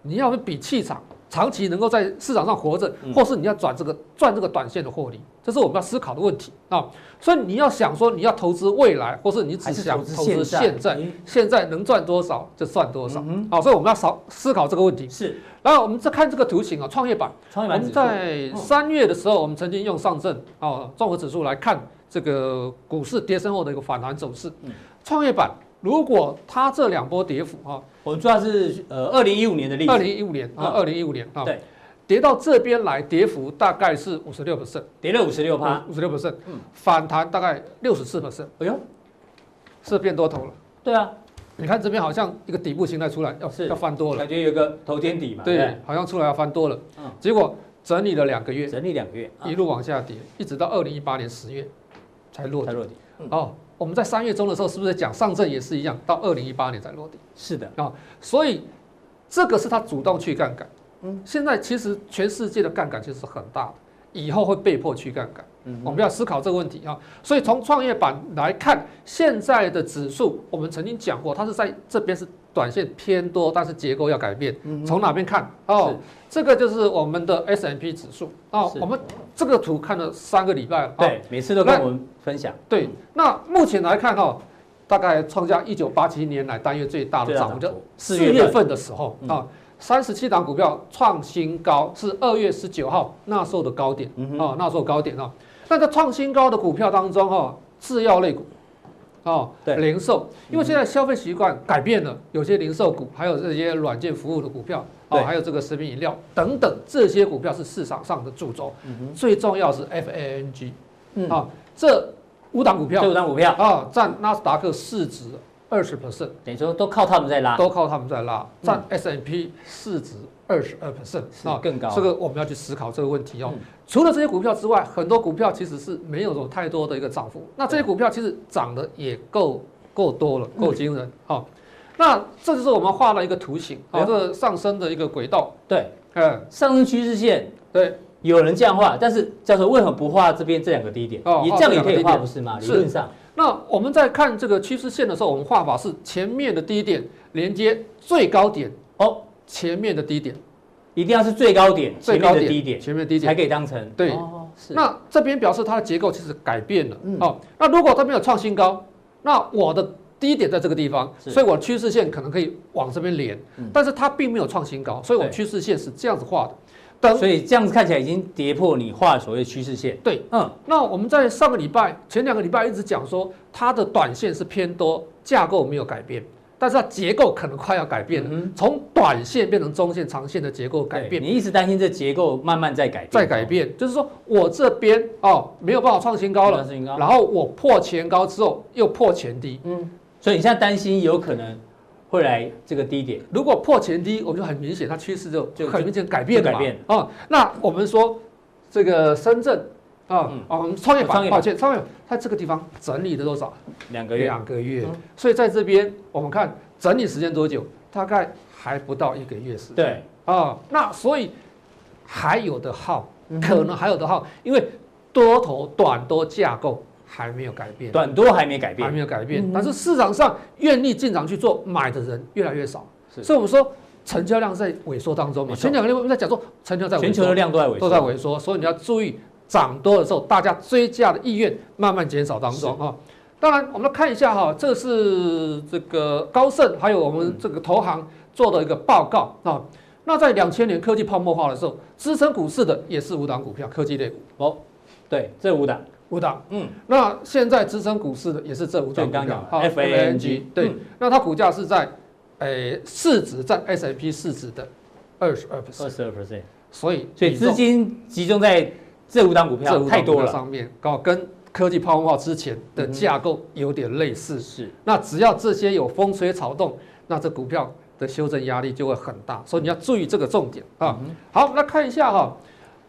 S4: 你要比气场长期能够在市场上活着
S1: 嗯，
S4: 或是你要转这个赚这个短线的获利，这是我们要思考的问题啊、所以你要想说你要投资未来，或是你只
S1: 还是
S4: 想
S1: 投资
S4: 投
S1: 现
S4: 资
S1: 在
S4: 现在
S1: 嗯，
S4: 现在能赚多少就算多少。
S1: 嗯
S4: 好、所以我们要少思考这个问题
S1: 哼，。是
S4: 然后我们再看这个图形啊、创业板，
S1: 创
S4: 我
S1: 业板指
S4: 们
S1: 数
S4: 在
S1: 嗯
S4: 三月的时候，我们曾经用上证哦综合指数来看这个股市跌升后的一个反弹走势
S1: 嗯。
S4: 创业板如果它这两波跌幅啊，
S1: 我们抓的是呃二零一五年的例
S4: 二
S1: 子，
S4: 零一五年啊，
S1: 嗯
S4: 二零一五年啊，
S1: 对，
S4: 跌到这边来，跌幅大概是五十六 percent，
S1: 跌了五十六趴，
S4: 五十六 percent，
S1: 嗯
S4: 反弹大概六十四 percent，
S1: 哎呦，
S4: 是变多头了。
S1: 对啊，
S4: 你看这边好像一个底部形态出来，要
S1: 是
S4: 要翻多了，
S1: 感觉有个头肩底嘛，对
S4: 对
S1: 不，
S4: 好像出来要翻多了
S1: 嗯，
S4: 结果整理了两个
S1: 对，
S4: 月，
S1: 整理两个月，啊
S4: 一路往下跌，一直到二零一八年十月才落
S1: 才
S4: 底。
S1: 落底，
S4: 哦，我们在三月中的时候是不是讲上证也是一样，到二零一八年才落底？
S1: 是的，
S4: 所以这个是他主动去杠杆。嗯，现在其实全世界的杠杆其实是很大的，以后会被迫去杠杆。
S3: 嗯
S4: 我们要思考这个问题啊。所以从创业板来看，现在的指数，我们曾经讲过，它是在这边是短线偏多，但是结构要改变。从哪边看？哦
S1: 嗯是，
S4: 这个就是我们的 S M P 指数哦
S1: 是，
S4: 我们这个图看了三个礼拜了。哦
S1: 对，每次都跟我们分享，
S4: 对，那目前来看哈、哦，大概创下一九八七年来单月最大的
S1: 最大
S4: 涨幅，
S1: 涨
S4: 就
S1: 幅
S4: 四
S1: 四月
S4: 月
S1: 份嗯
S4: 份的时候啊，三十七档股票创新高，是二月十九号那时候的高点
S1: 嗯哼
S4: 啊，那时候高点啊。那在创新高的股票当中哈、制药类股。哦，
S1: 对
S4: 零售，因为现在消费习惯改变了，有些零售股，还有这些软件服务的股票，哦，
S1: 对
S4: 还有这个食品饮料等等，这些股票是市场上的主轴。最重要是 FANG，
S1: 嗯
S4: 啊，这五档股票
S1: 这五张股票，
S4: 啊，占纳斯达克市值二十 percent，
S1: 等于说都靠他们在拉，
S4: 都靠他们在拉，占 S M P 市值二十二 percent
S1: 嗯是更高，
S4: 哦这个我们要去思考这个问题哦
S1: 嗯。
S4: 除了这些股票之外，很多股票其实是没有什么太多的一个涨幅。那这些股票其实涨得也够够多了，够惊人。好，
S1: 嗯
S4: 那这就是我们画了一个图形，
S1: 哎
S4: 好，
S1: 呦
S4: 这个上升的一个轨道。
S1: 对，
S4: 嗯，
S1: 上升趋势线
S4: 对，
S1: 有人这样画，但是教授为何不画这边这两个低点？
S4: 哦
S1: 你
S4: 画
S1: 这样
S4: 这
S1: 也
S4: 两个
S1: 可以
S4: 低
S1: 画，
S4: 点
S1: 不是吗？理
S4: 是
S1: 论上，
S4: 那我们在看这个趋势线的时候，我们画法是前面的低点连接最高点
S1: 哦，
S4: 前面的低点，
S1: 一定要是最高点，
S4: 最
S1: 前
S4: 高
S1: 面
S4: 点
S1: 的低点
S4: 前面的低
S1: 才
S4: 点。
S1: 可以当成，
S4: 对
S1: 哦是，嗯
S4: 那这边表示它的结构其实改变了。哦，那如果它没有创新高，那我的低点在这个地方，
S1: 是嗯
S4: 所以我的趋势线可能可以往这边连，但是它并没有创新高，所以我
S1: 对
S4: 趋势线是这样子画的。等
S1: 所以这样子看起来已经跌破你画的所谓的趋势线，
S4: 对，哦
S1: 嗯，
S4: 那我们在上个礼拜、前两个礼拜一直讲说，它的短线是偏多，架构没有改变，但是它结构可能快要改变了，
S1: 嗯
S4: 从短线变成中线、长线的结构改变
S1: 对。你一直担心这结构慢慢在改变，
S4: 再改变，就是说我这边哦没有办法创新高
S1: 没有
S4: 了
S1: 创新高，
S4: 然后我破前高之后又破前低，
S1: 所以你现在担心有可能会来这个低点，
S4: 如果破前低，我就很明显它趋势就
S1: 就
S4: 就很明显改变了嘛
S1: 就改变
S4: 哦，那我们说这个深圳啊啊
S1: 嗯，
S4: 哦我们创业
S1: 创
S4: 板，
S1: 业板
S4: 抱歉，创业板它这个地方整理了多少？
S1: 两个月，
S4: 两个月
S1: 嗯。
S4: 所以在这边我们看整理时间多久？大概还不到一个月时间。
S1: 对，
S4: 啊，那所以还有的耗，可能还有的耗，因为多头短多架构还没有改变，
S1: 短多还没改
S4: 还
S1: 变，嗯
S4: 没有改变，但是市场上愿意进场去做买的人越来越少，
S1: 是
S4: 所以我们说成交量在萎缩当中嘛。
S1: 没错
S4: 前两个月我们在讲说成交在
S1: 全
S4: 萎
S1: 球的
S4: 缩，
S1: 量都在萎缩，
S4: 都在萎缩，所以你要注意涨多的时候，大家追价的意愿慢慢减少当中啊。当然，我们来看一下哈，这是这个高盛还有我们这个投行做的一个报告啊。那在两千年科技泡沫化的时候，支撑股市的也是五档股票，科技类股
S1: 哦，对，这五档，
S4: 五档。
S1: 嗯，
S4: 那现在支撑股市的也是这五
S1: 就
S4: 档
S1: 你
S4: 股
S1: 刚
S4: 票
S1: 刚
S4: 好
S1: 讲的 FANG
S4: 对
S1: 嗯，
S4: 那它股价是在，诶，市值占 S M P 市值的二十二
S1: 二
S4: percent，
S1: 十二 percent，
S4: 所以
S1: 所以
S4: 比重
S1: 资金集中在这五档股
S4: 这
S1: 票
S4: 五
S1: 太
S4: 档股
S1: 多
S4: 票
S1: 了，嗯
S4: 上面，搞跟科技泡沫化之前的架构有点类似。
S1: 是，
S4: 那只要这些有风吹草动，那这股票的修正压力就会很大，所以你要注意这个重点啊。好，那看一下哈、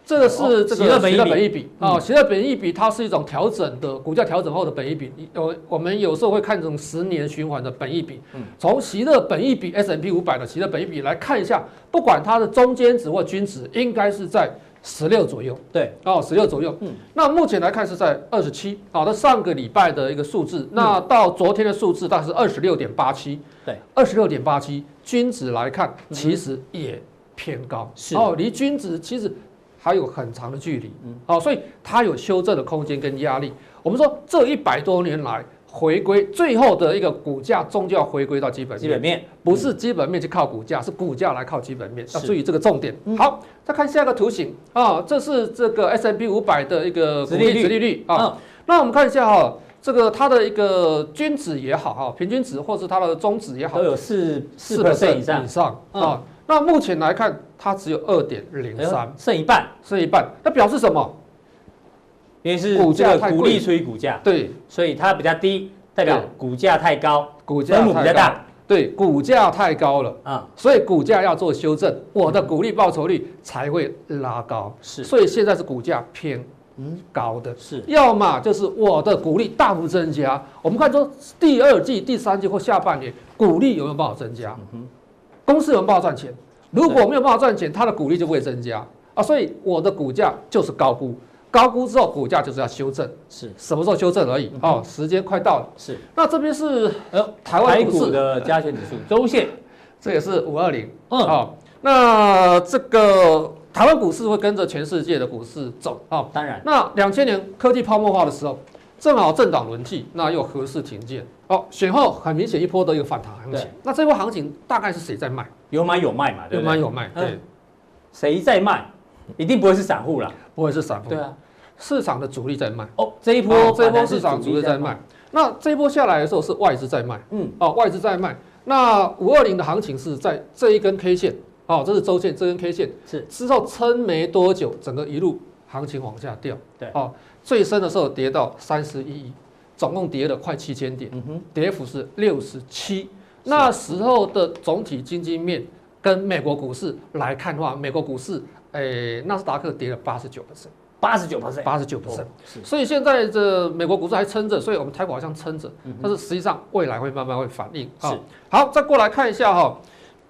S4: 这个是这
S1: 嗯哦喜乐
S4: 个
S1: 本益比
S4: 喜乐本益比啊，
S1: 嗯
S4: 喜乐本益比它是一种调整的股价调整后的本益比。你有我们有时候会看这种十年循环的本益比
S1: 嗯，
S4: 从喜乐本益比 S M P 五百的喜乐本益比来看一下，不管它的中间值或均值，应该是在十六左右。
S1: 对，
S4: 哦，十六左右。
S1: 嗯
S4: 嗯，那目前来看是在二十七。好的，上个礼拜的一个数
S1: 嗯
S4: 字，那到昨天的数字大概是二十六点八七。
S1: 对，嗯
S4: 二十六点八七，均值来看其实也偏高。
S1: 是
S4: 哦，离均值其实还有很长的距离。嗯，好、所以它有修正的空间跟压力。我们说这一百多年来。回归最后的一个股价，终究要回归到基本面。
S1: 基本面
S4: 不是基本面去靠股价，是股价来靠基本面，
S1: 是嗯
S4: 要注意这个重点。好，再看下一个图形啊，这是这个 S M P 五百的一个
S1: 殖
S4: 股
S1: 利率
S4: 利殖利率啊。
S1: 啊，
S4: 那我们看一下哈，这个它的一个均值也好哈，平均值或是它的中值也好
S1: 都，有四四
S4: 4%
S1: percent 以上嗯
S4: 以，上啊。那目前来看，它只有二点零
S1: 哎呦
S4: 三，
S1: 剩一半，
S4: 是一半。那表示什么？
S1: 因为是
S4: 股价
S1: 这个
S4: 太贵
S1: 股利除以股价，
S4: 对，
S1: 所以它比较低，代表
S4: 对
S1: 股价太高，
S4: 股价
S1: 分母比
S4: 太
S1: 较
S4: 高
S1: 大，
S4: 对，股价太高了，
S1: 啊，
S4: 所以股价要做修正，我的股利报酬率才会拉高。
S1: 是
S4: 所以现在是股价偏高的，
S1: 是
S4: 要么就是我的股利大幅增加。我们看说第二季、第三季或下半年股利有没有办法增加？公司有没有办法赚钱？如果没有办法赚钱，它的股利就不会增加啊。所以我的股价就是高估，高估之后股价就是要修正，
S1: 是
S4: 什么时候修正而已。哦，时间快到了。
S1: 是，
S4: 那这边是
S1: 呃，
S4: 台湾股
S1: 股
S4: 市
S1: 的加权指数周线，
S4: 这也是五二零。
S1: 嗯
S4: 哦，那这个台湾股市会跟着全世界的股市走。哦，
S1: 当然
S4: 那两千年科技泡沫化的时候，正好政党轮替，那又合适停建。哦，选后很明显一波的一个反弹行情
S1: 对。
S4: 那这波行情大概是谁在卖？
S1: 有买有卖嘛，对
S4: 有
S1: 不对
S4: 买？有卖，对
S1: 嗯，谁在卖？一定不会是散户啦，
S4: 不会是散户。
S1: 对，啊，
S4: 市场的主力在卖。
S1: 哦，这一波
S4: 哦，这一波市场主
S1: 逐
S4: 力在，卖。那这一波下来的时候是外资在卖，
S1: 嗯，
S4: 哦，外资在卖。那五二零的行情是在这一根 K 线，哦，这是周线，这根 K 线
S1: 是
S4: 之后撑没多久，整个一路行情往下掉，
S1: 对
S4: 哦，最深的时候跌到三十一亿，总共跌了快七千点，
S1: 嗯哼，
S4: 跌幅是六十七。那时候的总体经济面跟美国股市来看的话，美国股市，诶、纳斯达克跌了八十九 percent，
S1: 八十九 percent，
S4: 八十九 percent。
S1: 是
S4: 所以现在这美国股市还撑着，所以我们台股好像撑着，但是实际上未来会慢慢会反应啊、
S1: 嗯是
S4: 好，再过来看一下哈、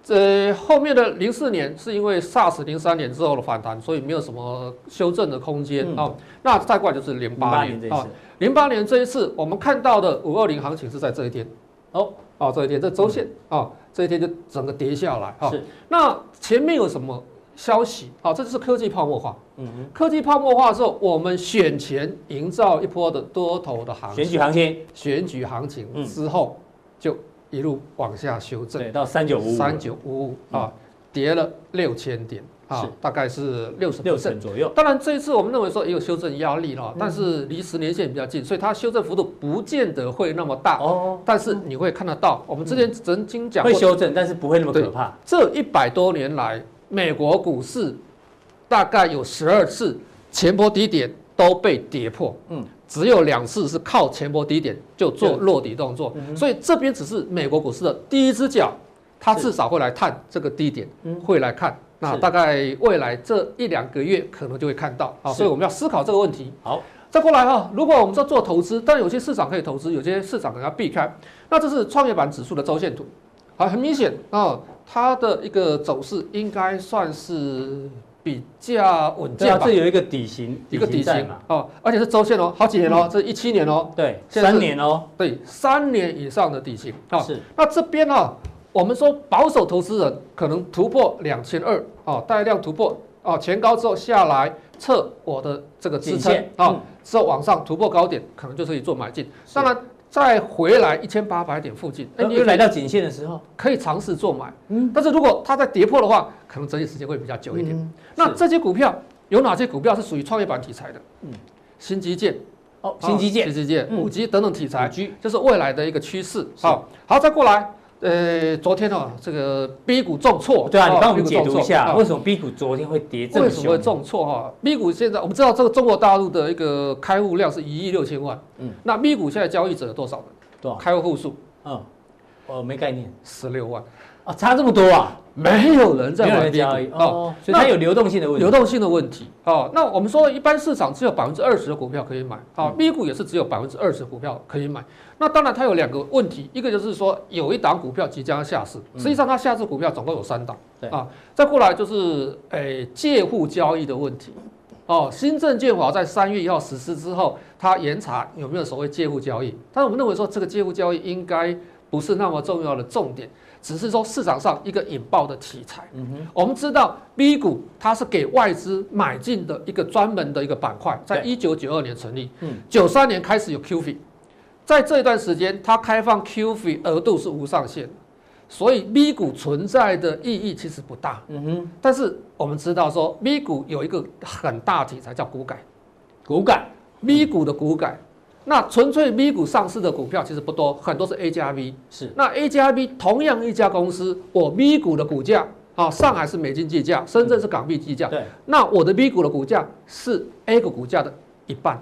S4: 这后面的零四年是因为 SARS 零三年之后的反弹，所以没有什么修正的空间啊、那再过来就是零八
S1: 嗯八
S4: 年
S1: 年这一
S4: 啊
S1: 次，，
S4: 零八年这一次我们看到的五二零行情是在这一天哦哦这一天这周线啊、哦、这一天就整个跌下来啊、
S1: 嗯是
S4: 那前面有什么消息啊、这就是科技泡沫化。
S1: 嗯
S4: 科技泡沫化之后，我们选前营造一波的多头的行
S1: 哼，
S4: 情
S1: 选举行情，
S4: 选举行
S1: 嗯
S4: 情之后，就一路往下修正，
S1: 对，到三九五五，嗯
S4: 三九五五啊，跌了六千点
S1: 是
S4: 啊，大概是六十
S1: 六嗯成左右，
S4: 当然，这一次我们认为说也有修正压力了，但是离十年线比较近，所以它修正幅度不见得会那么大。
S1: 哦，嗯
S4: 但是你会看得到，我们之前曾经讲
S1: 会
S4: 过，
S1: 修正，但是不会那么可
S4: 对
S1: 怕，
S4: 这一百多年来，美国股市大概有十二次前波低点都被跌破，
S1: 嗯
S4: 嗯，只有两次是靠前波低点就做
S1: 对
S4: 落底动作，
S1: 嗯
S4: 所以这边只是美国股市的第一只脚，它
S1: 是
S4: 至少会来探这个低点，
S1: 嗯
S4: 会来看。那
S1: 是
S4: 大概未来这一两个月可能就会看到啊，
S1: 是
S4: 所以我们要思考这个问题。
S1: 好，
S4: 再过来哈、如果我们在做投资，但有些市场可以投资，有些市场可能要避开。那这是创业板指数的周线图，好，很明显啊、它的一个走势应该算是比较稳
S1: 对
S4: 健
S1: 啊，
S4: 吧
S1: 这，有一个底型，
S4: 一个底
S1: 在
S4: 型
S1: 嘛，
S4: 哦，而且是周线哦，好几年哦，这一七年哦，
S1: 对，
S4: 现在是
S1: 三年哦，
S4: 对，三年以上的底型啊、
S1: 是
S4: 那这边呢、我们说保守投资人可能突破两千二啊，带量突破啊，前高之后下来测我的这个支
S1: 颈
S4: 撑
S1: 线
S4: 啊、
S1: 嗯
S4: 之后往上突破高点，可能就是一做买进。
S1: 是
S4: 当然再回来一千八百点附近，哎、
S1: 呃
S4: 你
S1: 又
S4: 有
S1: 来
S4: 来
S1: 到颈线的时候，
S4: 可以尝试做买。
S1: 嗯
S4: 但是如果它再跌破的话，可能整理时间会比较久一点。那
S1: 是
S4: 这些股票有哪些股票是属于创业板题材的？
S1: 嗯
S4: 嗯，新基建、
S1: 哦，新基建
S4: 新基建、
S1: 嗯
S4: 五 G 等等题材
S1: 五，G
S4: 就是未来的一个趋势。
S1: 是
S4: 好，好，再过来，呃，昨天哦，这个 B 股重挫，
S1: 对啊，你
S4: 哦
S1: 帮我们
S4: B
S1: 解读
S4: 股重
S1: 一
S4: 挫
S1: 下，
S4: 啊
S1: 为什么 B 股昨天会跌这么
S4: 为什么
S1: 凶
S4: 会？重挫哈？B 股现在我们知道这个中国大陆的一个开户量是一亿六千万，
S1: 嗯哦
S4: 嗯，那 B 股现在交易者有多少人？
S1: 多少？
S4: 开户户数
S1: 啊嗯，我没概念
S4: 十六万，
S1: 啊，差这么多啊，
S4: 没有人在
S1: 没有
S4: 玩
S1: 人
S4: B 股
S1: 交易
S4: 哦
S1: 哦，所以它
S4: 那
S1: 有流动性的问题，
S4: 流动性的问题哦。那我们说，一般市场只有百分之二十的股票可以买，啊、哦、，B 股也是只有百分之二十股票可以买。那当然，它有两个问题，一个就是说有一档股票即将要下市，实际上它下市股票总共有三档，
S1: 对
S4: 啊，再过来就是诶借户交易的问题。哦，新证券法在三月一号实施之后，它严查有没有所谓借户交易，但是我们认为说这个借户交易应该不是那么重要的重点，只是说市场上一个引爆的题材。
S1: 嗯哼，
S4: 我们知道 B 股它是给外资买进的一个专门的一个板块，在一九九二年成立
S1: 嗯，
S4: 九三年开始有 QF，在这一段时间它开放 QF 额度是无上限的，所以 B 股存在的意义其实不大。
S1: 嗯哼，
S4: 但是我们知道说 B 股有一个很大题材叫股改
S1: 股改
S4: ，B 股的股改，那纯粹 B 股上市的股票其实不多，很多是 A 加 V。
S1: 是
S4: 那 A 加 B 同样一家公司，我 B 股的股价啊，上海是美金计价，深圳是港币计价，
S1: 对，
S4: 那我的 B 股的股价是 A 股股价的一半，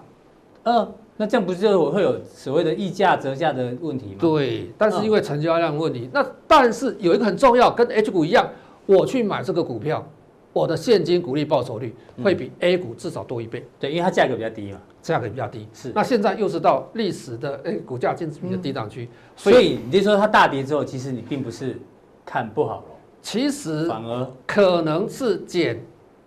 S1: 嗯，那这样不是就会有所谓的溢价折价的问题吗？
S4: 对，但是因为成交量问题，那但是有一个很重要，跟 H 股一样，我去买这个股票，我的现金股利报酬率会比 A 股至少多一倍，
S1: 对，因为它价格比较低嘛，
S4: 价格比较低。
S1: 是
S4: 那现在又是到历史的诶股价净值比的低档区，
S1: 所以你就说它大跌之后，其实你并不是看不好了，
S4: 其实
S1: 反而
S4: 可能是捡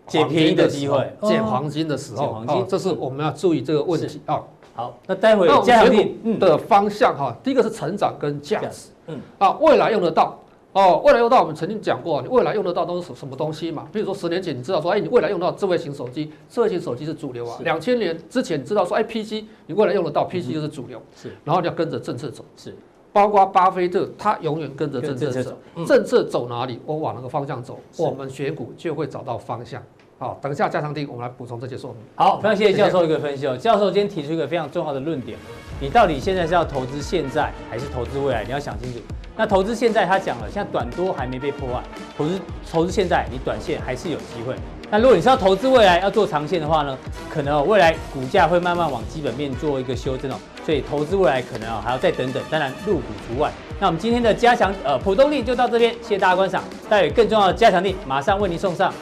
S1: 捡便宜的机会
S4: 黄金的时候捡黄金的时候，
S1: 捡黄金
S4: 哦这是我们要注意这个问题啊。哦
S1: 好。那待会
S4: 那我
S1: 加
S4: 们
S1: 强
S4: 选
S1: 力，嗯
S4: 股的方向哈，第一个是成长跟价
S1: 价
S4: 值，
S1: 嗯
S4: 嗯，啊，未来用得到哦，未来用得到，我们曾经讲过，你未来用得到都是什什么东西嘛？比如说十年前你知道说，哎，你未来用得到智慧型手机，智慧型手机是主流啊。
S1: 是嗯
S4: 两千年之前你知道说，哎，PC 你未来用得到，PC 就是主流，
S1: 是，
S4: 然后你要跟着政策走，
S1: 是，
S4: 包括巴菲特他永远跟着
S1: 跟
S4: 政
S1: 政策
S4: 策走
S1: 走，嗯
S4: 政策走哪里，我往那个方向走，
S1: 是
S4: 我们选股就会找到方向。好，等一下加强定，我们来补充这些说明。
S1: 好，非常谢谢教授一个分析哦。教授今天提出一个非常重要的论点，你到底现在是要投资现在还是投资未来？你要想清楚。那投资现在，他讲了，现在短多还没被破坏，投资投资现在，你短线还是有机会。那如果你是要投资未来，要做长线的话呢，可能、哦、未来股价会慢慢往基本面做一个修正哦，所以投资未来可能哦还要再等等，当然入股除外。那我们今天的加强呃普通力就到这边，谢谢大家观赏，待会更重要的加强力马上为您送上。